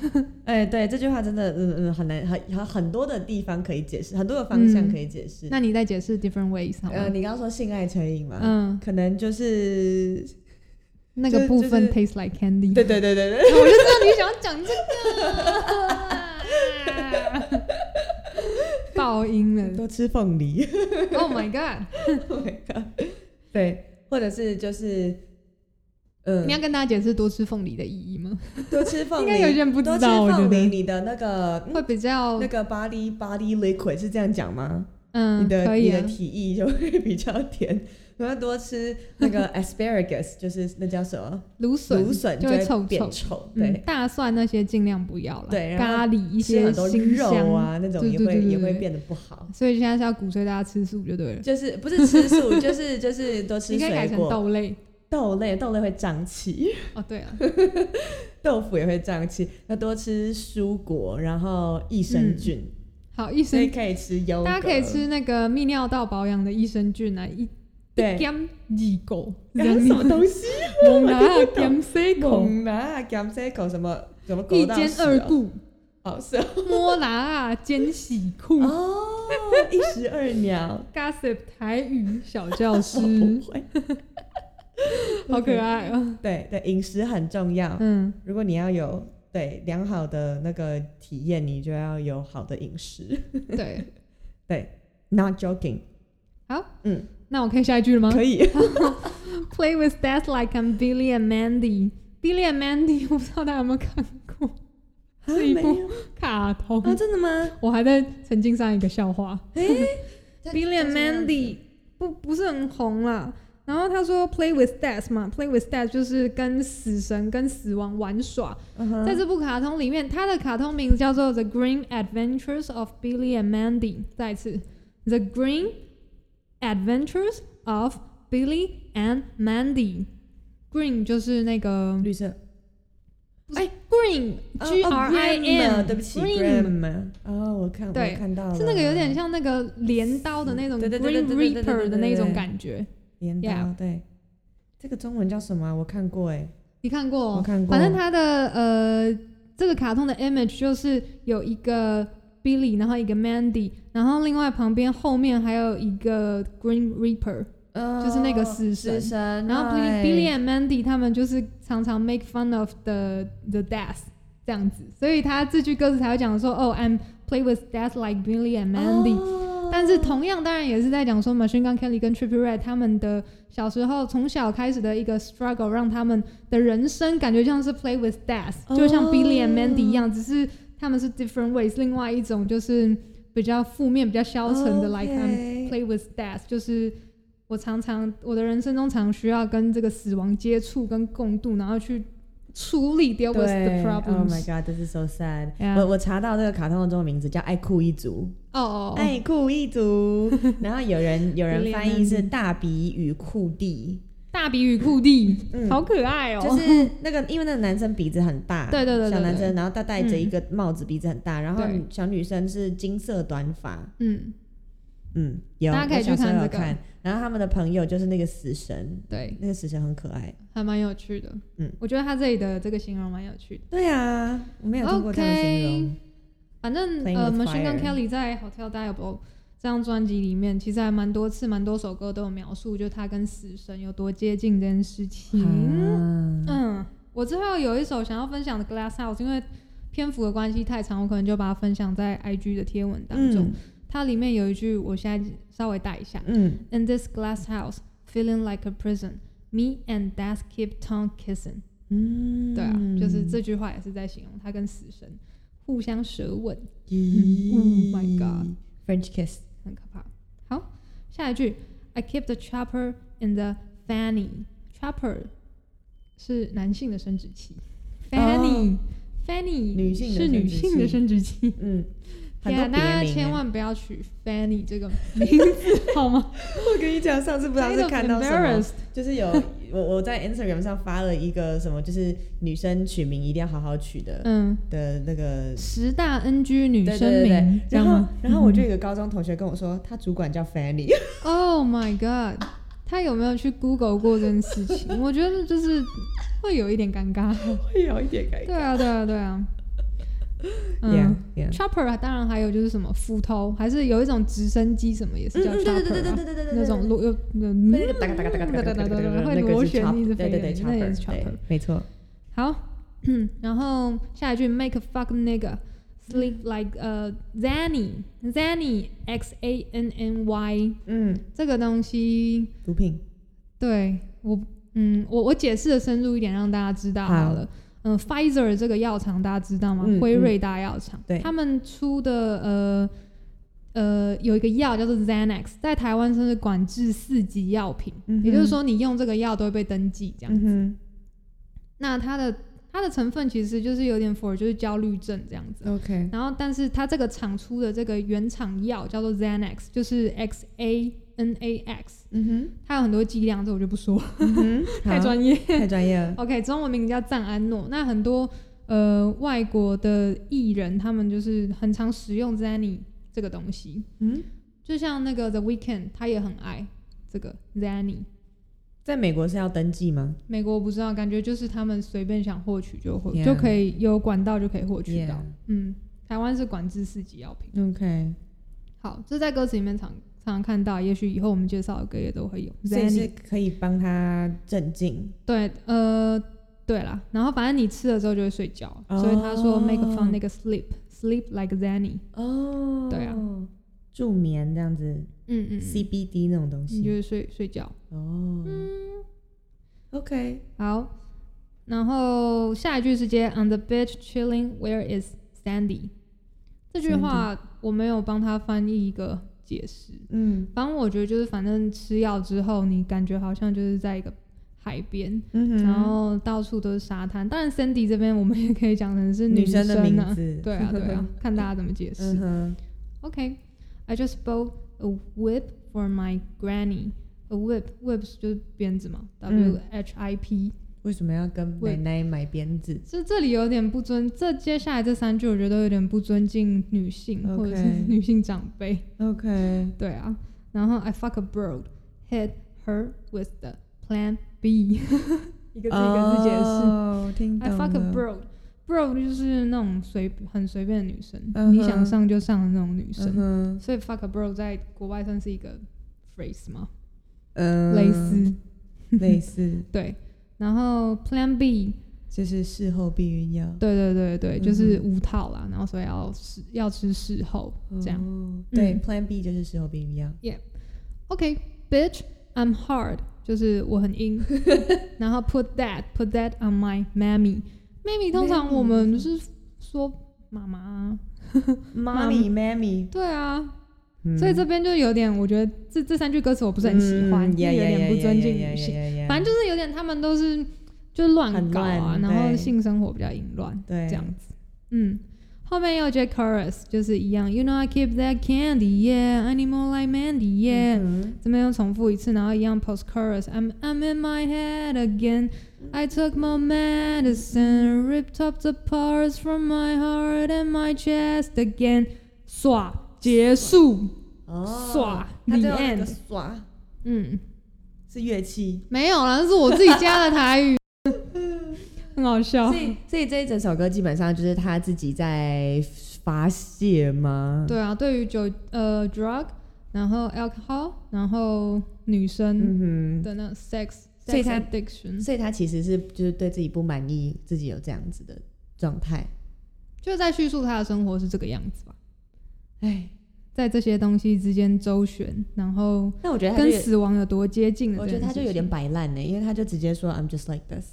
Speaker 2: 哎、对，这句话真的，嗯嗯，很难，很很很多的地方可以解释，很多的方向
Speaker 1: 嗯
Speaker 2: 可以解释。
Speaker 1: 那你再解释 different ways 好
Speaker 2: 呃，
Speaker 1: 吗？
Speaker 2: 你刚刚说性爱成瘾嘛，
Speaker 1: 嗯，
Speaker 2: 可能就是，
Speaker 1: 那个部分
Speaker 2: 就
Speaker 1: tastes like candy。
Speaker 2: 对对对对对。
Speaker 1: 我就知道你想要讲这个。爆音了
Speaker 2: 多吃凤梨。
Speaker 1: ！Oh my god！
Speaker 2: oh my god！对，或者是就是，嗯
Speaker 1: 你，要跟大家解释多吃凤梨的意义吗？
Speaker 2: 多吃凤
Speaker 1: 应
Speaker 2: 梨，
Speaker 1: 该有些人不知
Speaker 2: 多吃
Speaker 1: 道，我觉
Speaker 2: 凤梨，
Speaker 1: 得
Speaker 2: 你的那个、嗯
Speaker 1: 会比较
Speaker 2: 那个 body body liquid 是这样讲吗？
Speaker 1: 嗯
Speaker 2: 你，的、
Speaker 1: 可
Speaker 2: 你
Speaker 1: 以
Speaker 2: 的
Speaker 1: 啊。
Speaker 2: 体液就会比较甜。然后多吃 那个 asparagus，就是那叫什么
Speaker 1: 芦笋
Speaker 2: 芦笋，
Speaker 1: 就
Speaker 2: 会
Speaker 1: 臭
Speaker 2: 变
Speaker 1: 臭。
Speaker 2: 臭。
Speaker 1: 嗯
Speaker 2: 对，
Speaker 1: 大蒜那些尽量不要了。
Speaker 2: 对然后
Speaker 1: 咖喱一
Speaker 2: 吃
Speaker 1: 些
Speaker 2: 很多
Speaker 1: 新香
Speaker 2: 肉啊，那种
Speaker 1: 对
Speaker 2: 也
Speaker 1: 对
Speaker 2: 会
Speaker 1: 对对
Speaker 2: 也会
Speaker 1: 对
Speaker 2: 变得不好。
Speaker 1: 所以现在是要鼓吹大家吃素就对了。
Speaker 2: 就是不是吃素，就是就是多吃
Speaker 1: 你 可以改
Speaker 2: 水
Speaker 1: 成
Speaker 2: 果。
Speaker 1: 豆类
Speaker 2: 豆类，豆类会胀气。
Speaker 1: 哦，对啊，
Speaker 2: 豆腐也会胀气，要多吃蔬果，然后益生菌，
Speaker 1: 好益
Speaker 2: 所以
Speaker 1: 生，
Speaker 2: 可以吃优格。
Speaker 1: 嗯大家可以吃那个泌尿道保养的益生菌啊，一
Speaker 2: 对，
Speaker 1: gam 几 狗，这
Speaker 2: 然后
Speaker 1: 样
Speaker 2: 什
Speaker 1: 子，
Speaker 2: 么 东西？
Speaker 1: 猛拿 gam 四狗，
Speaker 2: 猛啊 g a m s e 口什么什么狗
Speaker 1: 一
Speaker 2: 到
Speaker 1: 兼
Speaker 2: 死
Speaker 1: 二
Speaker 2: 哦，
Speaker 1: 顾，
Speaker 2: 好是哦
Speaker 1: 摸拿啊兼喜裤
Speaker 2: 哦，一石二鸟。
Speaker 1: ，gossip 台语小教
Speaker 2: 我
Speaker 1: 师
Speaker 2: 不，会，
Speaker 1: 好可爱啊，
Speaker 2: 对对，饮食很重要。
Speaker 1: 嗯，
Speaker 2: 如果你要有对良好的那个体验，你就要有好的饮食。
Speaker 1: 对，
Speaker 2: Not joking，
Speaker 1: 那我可以下一句了吗
Speaker 2: 可以。
Speaker 1: ？Play with death like I'm Billy and Mandy，Billy and Mandy，我不知道大家有没有看过是一部
Speaker 2: 啊没有
Speaker 1: 卡通，
Speaker 2: 啊？真的吗？
Speaker 1: 我还在沉浸上一个笑话。
Speaker 2: 哎
Speaker 1: Billy and Mandy 不不是很红啦，然后他说 “play with death” 嘛，“play with death” 就是跟死神、跟死亡玩耍。
Speaker 2: 嗯哼
Speaker 1: 在这部卡通里面，它的卡通名字叫做《The Green Adventures of Billy and Mandy》。再一次，《The Green Adventures of Billy and Mandy》。Green 就是那个
Speaker 2: 绿色
Speaker 1: 哎，Green
Speaker 2: 哦
Speaker 1: G
Speaker 2: 哦
Speaker 1: R I
Speaker 2: Graham，
Speaker 1: N，
Speaker 2: 对不起
Speaker 1: Green
Speaker 2: ，Graham。哦，我看我
Speaker 1: 对
Speaker 2: 看到了，
Speaker 1: 是那个有点像那个镰刀的那种
Speaker 2: 对对对对
Speaker 1: Green
Speaker 2: 对对对对对
Speaker 1: Reaper 的那种感觉。
Speaker 2: 镰刀
Speaker 1: Yeah
Speaker 2: 对。这个中文叫什么啊、我看过哎、
Speaker 1: 你看过？
Speaker 2: 我看过
Speaker 1: 反正他的呃，这个卡通的 image 就是有一个 Billy，然后一个 Mandy，然后另外旁边后面还有一个 Green Reaper，、就是那个呃死神。
Speaker 2: 神
Speaker 1: 然后 Billy Billy and Mandy 他们就是常常 make fun of the the death 这样子，所以他这句歌词才会讲说哦、i m play with death like Billy and
Speaker 2: 哦
Speaker 1: Mandy、但是同样，当然也是在讲说 Machine Gun Kelly 跟 Trippie Redd 他们的小时候从小开始的一个 struggle，让他们的人生感觉像是 play with death，、
Speaker 2: 哦
Speaker 1: 就像 Billy and Mandy 一样，只是他们是 different ways。另外一种就是比较负面、比较消沉
Speaker 2: 哦
Speaker 1: 的 like I'm play with death，就是我常常我的人生中常需要跟这个死亡接触、跟共度，然后去处理 deal
Speaker 2: 对
Speaker 1: with the
Speaker 2: Oh my
Speaker 1: problems。
Speaker 2: god, this is so sad.
Speaker 1: Yeah
Speaker 2: 我我查到这个卡通的中文名字叫《爱酷一族》，
Speaker 1: 哦哦哦，
Speaker 2: 爱酷一 族。然后有人有人
Speaker 1: 连
Speaker 2: 翻译是
Speaker 1: 安
Speaker 2: “大鼻与酷弟
Speaker 1: 大鼻与酷弟，
Speaker 2: 嗯
Speaker 1: 好可爱”，哦。
Speaker 2: 就是那个因为那个男生鼻子很大，
Speaker 1: 对对对对嗯
Speaker 2: 小男
Speaker 1: 对
Speaker 2: 生，然后他戴着一个帽子，鼻子很大，然后
Speaker 1: 对
Speaker 2: 小女生是金色短发。
Speaker 1: 嗯，
Speaker 2: 嗯，有，
Speaker 1: 大家可以
Speaker 2: 我小
Speaker 1: 去
Speaker 2: 时候
Speaker 1: 看
Speaker 2: 有
Speaker 1: 这个
Speaker 2: 看。然后他们的朋友就是那个死神，
Speaker 1: 对。
Speaker 2: 那个死神很可爱。
Speaker 1: 还蛮有趣的。
Speaker 2: 嗯
Speaker 1: 嗯，我觉得他这里的这个形容蛮有趣的。
Speaker 2: 对啊，我没有听过这样的形容。
Speaker 1: 反正
Speaker 2: Playing
Speaker 1: 呃
Speaker 2: with
Speaker 1: ，Machine Gun
Speaker 2: Fire
Speaker 1: Kelly 在《Hotel Diablo》这张专辑里面，其实还蛮多次、蛮多首歌都有描述，就他跟死神有多接近这件事情。
Speaker 2: 啊
Speaker 1: 嗯，我之后有一首想要分享的《Glass House》，因为篇幅的关系太长，我可能就把它分享在 IG 的贴文当中。
Speaker 2: 嗯
Speaker 1: 它里面有一句，我现在稍微带一下。
Speaker 2: 嗯，
Speaker 1: In this glass house, feeling like a prison, me and death keep tongue kissing.
Speaker 2: 嗯
Speaker 1: 对啊，就是这句话也是在形容他跟死神互相舌吻，
Speaker 2: 咦
Speaker 1: Oh my god
Speaker 2: 嗯 French kiss，
Speaker 1: 很可怕。好，下一句，I keep the chopper in the fanny。chopper 是男性的生殖器，fanny、fanny
Speaker 2: 哦女性的
Speaker 1: 是女性的生殖器。
Speaker 2: 嗯， 很
Speaker 1: 天
Speaker 2: 多
Speaker 1: 啊，
Speaker 2: 别
Speaker 1: 大家
Speaker 2: 名
Speaker 1: 千
Speaker 2: 欸
Speaker 1: 万不要取 fanny 这 个名字好吗？
Speaker 2: 我跟你讲，上次不知道
Speaker 1: Kind
Speaker 2: 是
Speaker 1: of
Speaker 2: 看到什么
Speaker 1: embarrassed，
Speaker 2: 就是有我我在 Instagram 上发了一个什么，就是女生取名一定要好好取的、
Speaker 1: 嗯，
Speaker 2: 的那个。
Speaker 1: 十大 NG 女
Speaker 2: 对
Speaker 1: 生
Speaker 2: 对对
Speaker 1: 名
Speaker 2: 对，，
Speaker 1: 这样
Speaker 2: 然后
Speaker 1: 吗
Speaker 2: 然后我就有一个高中同学跟我说，他主管叫 Fanny，
Speaker 1: Oh my god！他有没有去 Google 过这件事情？我觉得就是会有一点尴尬。
Speaker 2: 会有一点尴
Speaker 1: 对
Speaker 2: 尬。
Speaker 1: 啊，对啊，对啊。
Speaker 2: Yeah,
Speaker 1: 嗯
Speaker 2: yeah.
Speaker 1: ，chopper 啊当然还有就是什么斧头，还是有一种直升机什么也是叫 chopper，、啊
Speaker 2: 对对
Speaker 1: 那种螺又
Speaker 2: 对
Speaker 1: 那
Speaker 2: 哒嘎哒嘎哒嘎哒嘎哒嘎哒嘎哒，
Speaker 1: 会
Speaker 2: 那个
Speaker 1: 螺
Speaker 2: 是
Speaker 1: 旋
Speaker 2: chopper，
Speaker 1: 一直
Speaker 2: 对
Speaker 1: 飞
Speaker 2: 对
Speaker 1: 的
Speaker 2: 对
Speaker 1: 那也是
Speaker 2: chopper，对
Speaker 1: chopper。
Speaker 2: 没错。
Speaker 1: 好，然后下一句 make a fuck nigga sleep like 呃 zanny zanny x a n n y
Speaker 2: 嗯，
Speaker 1: 这个东西
Speaker 2: 毒品。
Speaker 1: 对我，嗯，我我解释的深入一点，让大家知道好
Speaker 2: 好
Speaker 1: 了。嗯，Pfizer 这个药厂大家知道吗？
Speaker 2: 嗯
Speaker 1: 辉瑞大药厂，
Speaker 2: 对
Speaker 1: 他们出的呃呃有一个药叫做 Xanax，在台湾甚至管制四级药品，
Speaker 2: 嗯哼
Speaker 1: 也就是说你用这个药都会被登记这样。
Speaker 2: 嗯哼
Speaker 1: 那它的它的成分其实就是有点 for 就是焦虑症这样子。
Speaker 2: ，OK，
Speaker 1: 然后，但是它这个厂出的这个原厂药叫做 Xanax，就是 X A N A X，
Speaker 2: 嗯
Speaker 1: 它有很多剂量，这我就不说了。
Speaker 2: 哼，嗯哼，
Speaker 1: 太
Speaker 2: 好
Speaker 1: 专业。
Speaker 2: 太专业了。
Speaker 1: OK，中文名叫赞安诺。那很多呃外国的艺人，他们就是很常使用 Zanny 这个东西，
Speaker 2: 嗯，
Speaker 1: 就像那个 The Weeknd，他也很爱这个 Zanny。
Speaker 2: 在美国是要登记吗？
Speaker 1: 美国我不知道，感觉就是他们随便想获取就获
Speaker 2: Yeah
Speaker 1: 就可以有管道就可以获取到。
Speaker 2: Yeah
Speaker 1: 嗯，台湾是管制四级药品。
Speaker 2: OK，
Speaker 1: 好，这在歌词里面常常常看到，也许以后我们介绍的歌也都会有 Zanny。
Speaker 2: 所以是可以帮他镇静。
Speaker 1: 对，呃，对啦，然后反正你吃了之后就会睡觉，所以他说
Speaker 2: 哦
Speaker 1: make a fun 那个 sleep sleep like Zanny，
Speaker 2: 哦
Speaker 1: 对啊，
Speaker 2: 助眠这样子
Speaker 1: 嗯嗯，嗯
Speaker 2: ，CBD 那种东
Speaker 1: 你就
Speaker 2: 西。
Speaker 1: 是睡睡觉。
Speaker 2: 哦，OK，
Speaker 1: 好，然后下一句是接 on the beach chilling where is Sandy，这句话我没有帮他翻译一个解释。
Speaker 2: 嗯
Speaker 1: 反正我觉得就是，反正吃药之后，你感觉好像就是在一个海边，
Speaker 2: 嗯哼
Speaker 1: 然后到处都是沙滩。当然，Sandy 这边我们也可以讲成是
Speaker 2: 女
Speaker 1: 生
Speaker 2: 生的名
Speaker 1: 啊，
Speaker 2: 字，
Speaker 1: 对 啊，对 啊，看大家怎么解释。
Speaker 2: 嗯哼，
Speaker 1: Okay, I just bought a whip for my granny. A whip, whips 就是鞭子嘛，W
Speaker 2: 嗯
Speaker 1: H I P。
Speaker 2: 为什么要跟奶奶买鞭子？
Speaker 1: 这这里有点不尊，这接下来这三句我觉得有点不尊敬女性或者是
Speaker 2: OK
Speaker 1: 女性长辈。
Speaker 2: OK，
Speaker 1: 对啊，然后 I fuck a bird, hit her with the plan B，一 个字一个字解释。
Speaker 2: 哦，听懂
Speaker 1: I
Speaker 2: 了。
Speaker 1: fuck a bird, bird 就是那种随很随便的女生
Speaker 2: 嗯哼
Speaker 1: 你想上就上的那种女生。
Speaker 2: 嗯哼，
Speaker 1: 所以 fuck a bro 在国外算是一个 phrase 吗？
Speaker 2: 嗯，
Speaker 1: 类似
Speaker 2: 类似，
Speaker 1: 对。然后 Plan B，
Speaker 2: 就是事后避孕药
Speaker 1: 对对对对，就是无套啦，然后所以要事要吃事后这样。
Speaker 2: 样。哦对
Speaker 1: 嗯
Speaker 2: ，Plan B 就是事后避孕药。
Speaker 1: OK，bitch，I'm、hard，就是我很硬。然后 put that put that on my mammy。mammy 通常
Speaker 2: Mammy
Speaker 1: 我们是说妈妈啊，
Speaker 2: 妈咪，妈咪，
Speaker 1: 对啊，
Speaker 2: 嗯
Speaker 1: 所以这边就有点，我觉得这这三句歌词我不是很喜欢，
Speaker 2: 嗯
Speaker 1: 因
Speaker 2: 呀
Speaker 1: 为有
Speaker 2: 呀呀
Speaker 1: 点不
Speaker 2: 呀
Speaker 1: 尊
Speaker 2: 呀
Speaker 1: 敬
Speaker 2: 呀
Speaker 1: 女性。
Speaker 2: 呀呀
Speaker 1: 反正就是有点他们都是就是乱搞啊，
Speaker 2: 啊很乱
Speaker 1: 然后
Speaker 2: 对
Speaker 1: 性生活比较淫乱
Speaker 2: 对
Speaker 1: 这样子。嗯，后面又接 chorus 就是一样，You know I keep that candy, yeah, animal like Mandy, yeah、
Speaker 2: 嗯
Speaker 1: 这边又重复一次，然后一样 post chorus. I'm I'm in my head again. I took my medicine, ripped up the parts from my heart and my chest again. 耍结束，
Speaker 2: 哦，
Speaker 1: 耍
Speaker 2: 它
Speaker 1: the
Speaker 2: 最后那个
Speaker 1: end
Speaker 2: 耍
Speaker 1: 嗯，
Speaker 2: 是乐器，
Speaker 1: 没有啦，那是我自己加的台 语，很好笑
Speaker 2: 所。以所以这一整首歌基本上就是他自己在发泄吗？，
Speaker 1: 对啊，对于酒呃 drug，然后 alcohol，然后女生
Speaker 2: 嗯
Speaker 1: 的那 sex，
Speaker 2: 所以
Speaker 1: sex
Speaker 2: 他哼，
Speaker 1: addiction，
Speaker 2: 所以他其实是就是对自己不满意，自己有这样子的状态。
Speaker 1: 就是在叙述她的生活是这个样子吧，
Speaker 2: 哎，
Speaker 1: 在这些东西之间周旋，然后
Speaker 2: 但我觉得他就
Speaker 1: 跟
Speaker 2: 有，
Speaker 1: 死亡有多接近的
Speaker 2: 我
Speaker 1: 这
Speaker 2: 觉
Speaker 1: 件事情，
Speaker 2: 得他就有点摆烂呢，因为他就直接说 I'm just like this。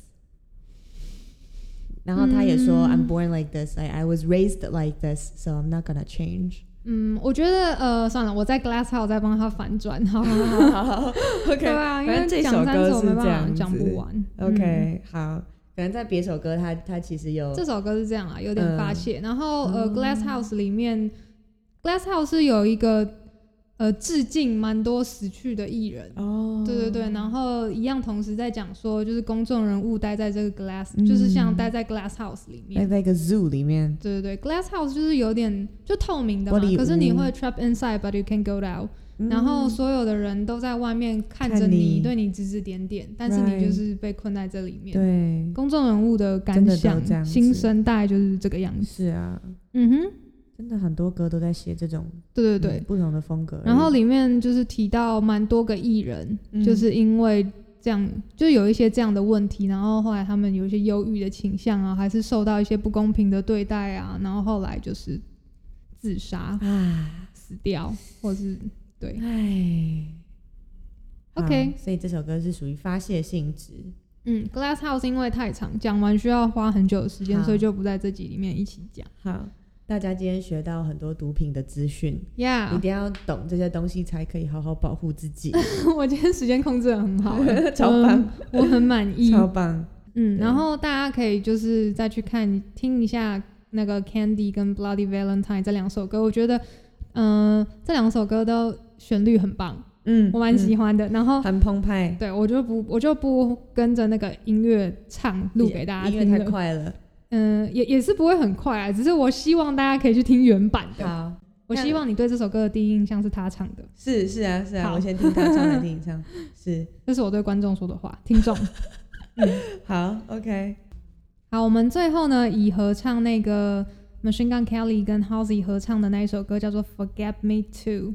Speaker 2: 然后他也说、
Speaker 1: 嗯
Speaker 2: I'm born like this, I I was raised like this, so I'm not gonna change。
Speaker 1: 嗯，我觉得呃算了，我在 Glass House 再帮他反转，好了，
Speaker 2: OK，
Speaker 1: 对啊，因
Speaker 2: 反正
Speaker 1: 为
Speaker 2: 这
Speaker 1: 讲
Speaker 2: 首
Speaker 1: 三次
Speaker 2: 歌
Speaker 1: 我
Speaker 2: 是
Speaker 1: 没
Speaker 2: 这
Speaker 1: 办
Speaker 2: 样
Speaker 1: 法
Speaker 2: 子
Speaker 1: 讲不完。嗯
Speaker 2: OK，好，可能在别首歌它，它其实有
Speaker 1: 这首歌是这样啊，有点发泄。然后呃
Speaker 2: 嗯
Speaker 1: ，Glass House 里面，Glass House 是有一个呃致敬蛮多死去的艺人，
Speaker 2: 哦
Speaker 1: 对对对。然后一样同时在讲说，就是公众人物待在这个 Glass，、
Speaker 2: 嗯哎
Speaker 1: 就是像待在 Glass House 里
Speaker 2: 在
Speaker 1: 面。
Speaker 2: 在一个 zoo 里面，
Speaker 1: 对对对，Glass House 就是有点就透明的嘛
Speaker 2: 玻璃，屋嗯
Speaker 1: 可是你会 trap inside，but you can go out、然后所有的人都在外面看着
Speaker 2: 看
Speaker 1: 你，
Speaker 2: 你
Speaker 1: 对你指指点点，但是你
Speaker 2: Right
Speaker 1: 就是被困在这里面。
Speaker 2: 对，
Speaker 1: 公众人物的感
Speaker 2: 真的都这
Speaker 1: 想、
Speaker 2: 样子
Speaker 1: 心声大概就是这个样子。
Speaker 2: 是啊，
Speaker 1: 嗯哼，
Speaker 2: 真的很多歌都在写这种
Speaker 1: 对对对。
Speaker 2: 嗯不同的风格而已。
Speaker 1: 然后里面就是提到蛮多个艺人，
Speaker 2: 嗯
Speaker 1: 就是因为这样，就有一些这样的问题，然后后来他们有一些忧郁的倾向啊，还是受到一些不公平的对待啊，然后后来就是自杀、
Speaker 2: 啊，
Speaker 1: 死掉，或是对
Speaker 2: 哎
Speaker 1: OK
Speaker 2: 好所以这首歌是属于发泄性质。
Speaker 1: 嗯，Glass House 因为太长，讲完需要花很久的时间，
Speaker 2: 好
Speaker 1: 所以就不在这集里面一起讲。
Speaker 2: 好，大家今天学到很多毒品的资讯，一
Speaker 1: Yeah，
Speaker 2: 定要懂这些东西，才可以好好保护自己。
Speaker 1: 我今天时间控制的很好、欸
Speaker 2: 超棒
Speaker 1: 我我很满意。
Speaker 2: 超棒！
Speaker 1: 嗯，
Speaker 2: 对
Speaker 1: 然后大家可以就是再去看听一下那个《Candy》跟《Bloody Valentine》这两首歌，我觉得，嗯、这两首歌都旋律很棒，
Speaker 2: 嗯
Speaker 1: 我蛮喜欢的。然后，
Speaker 2: 很澎湃，
Speaker 1: 对我就不我就不跟着那个音乐唱录给大家
Speaker 2: 音乐
Speaker 1: 听
Speaker 2: 太
Speaker 1: 了，
Speaker 2: 快了。
Speaker 1: 嗯、也也是不会很快啊，只是我希望大家可以去听原版的。
Speaker 2: 好，
Speaker 1: 我希望你对这首歌的第一印象是他唱的，
Speaker 2: 是是啊是啊，
Speaker 1: 好
Speaker 2: 我先听他唱，再听 你唱。是，
Speaker 1: 这是我对观众说的话，听众。
Speaker 2: 好，OK，
Speaker 1: 好，我们最后呢，以合唱那个 Machine Gun Kelly 跟 Halsey 合唱的那一首歌叫做《Forget Me Too》，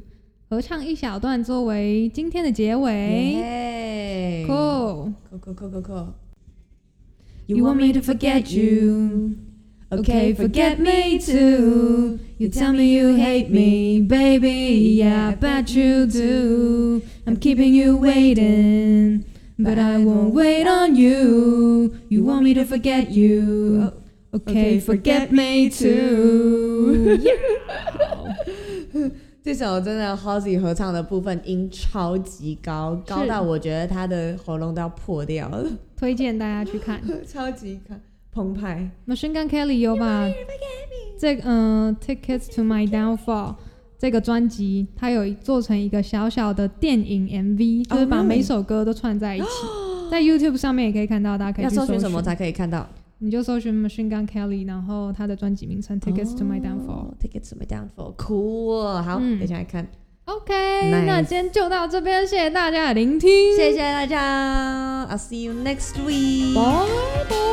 Speaker 1: 合唱一小段作为今天的结尾。
Speaker 2: 耶
Speaker 1: Cool。
Speaker 2: cool cool cool cool cool。
Speaker 1: You want me to forget you? Okay, forget me too. You tell me you hate me, baby. Yeah, I bet you do. I'm keeping you waiting, but I won't wait on you. You want me to forget you?
Speaker 2: Oh. 嗯
Speaker 1: Okay, forget me too.
Speaker 2: 这这首真的 Halsey 合唱的部分音超级高，高到我觉得他的喉咙都要破掉了，
Speaker 1: 推荐大家去看
Speaker 2: 超级看澎湃。
Speaker 1: Machine Gun Kelly 有把这嗯、Tickets to My Downfall 这个专辑，它有做成一个小小的电影 MV，就是把
Speaker 2: 哦 really？
Speaker 1: 每首歌都串在一起。 在 YouTube 上面也可以看到，大家可以
Speaker 2: 要
Speaker 1: 去
Speaker 2: 搜
Speaker 1: 搜
Speaker 2: 寻什么才可以看到
Speaker 1: 你就搜寻 Machine Gun Kelly，然后他的专辑名称 Tickets to My Downfall。
Speaker 2: ？Tickets to my downfall，酷哦！好，
Speaker 1: 嗯
Speaker 2: 等一下来看，
Speaker 1: OK，、
Speaker 2: Nice
Speaker 1: 那今天就到这边，谢谢大家的聆听，
Speaker 2: 谢谢大家，I'll see you next week。
Speaker 1: 拜拜。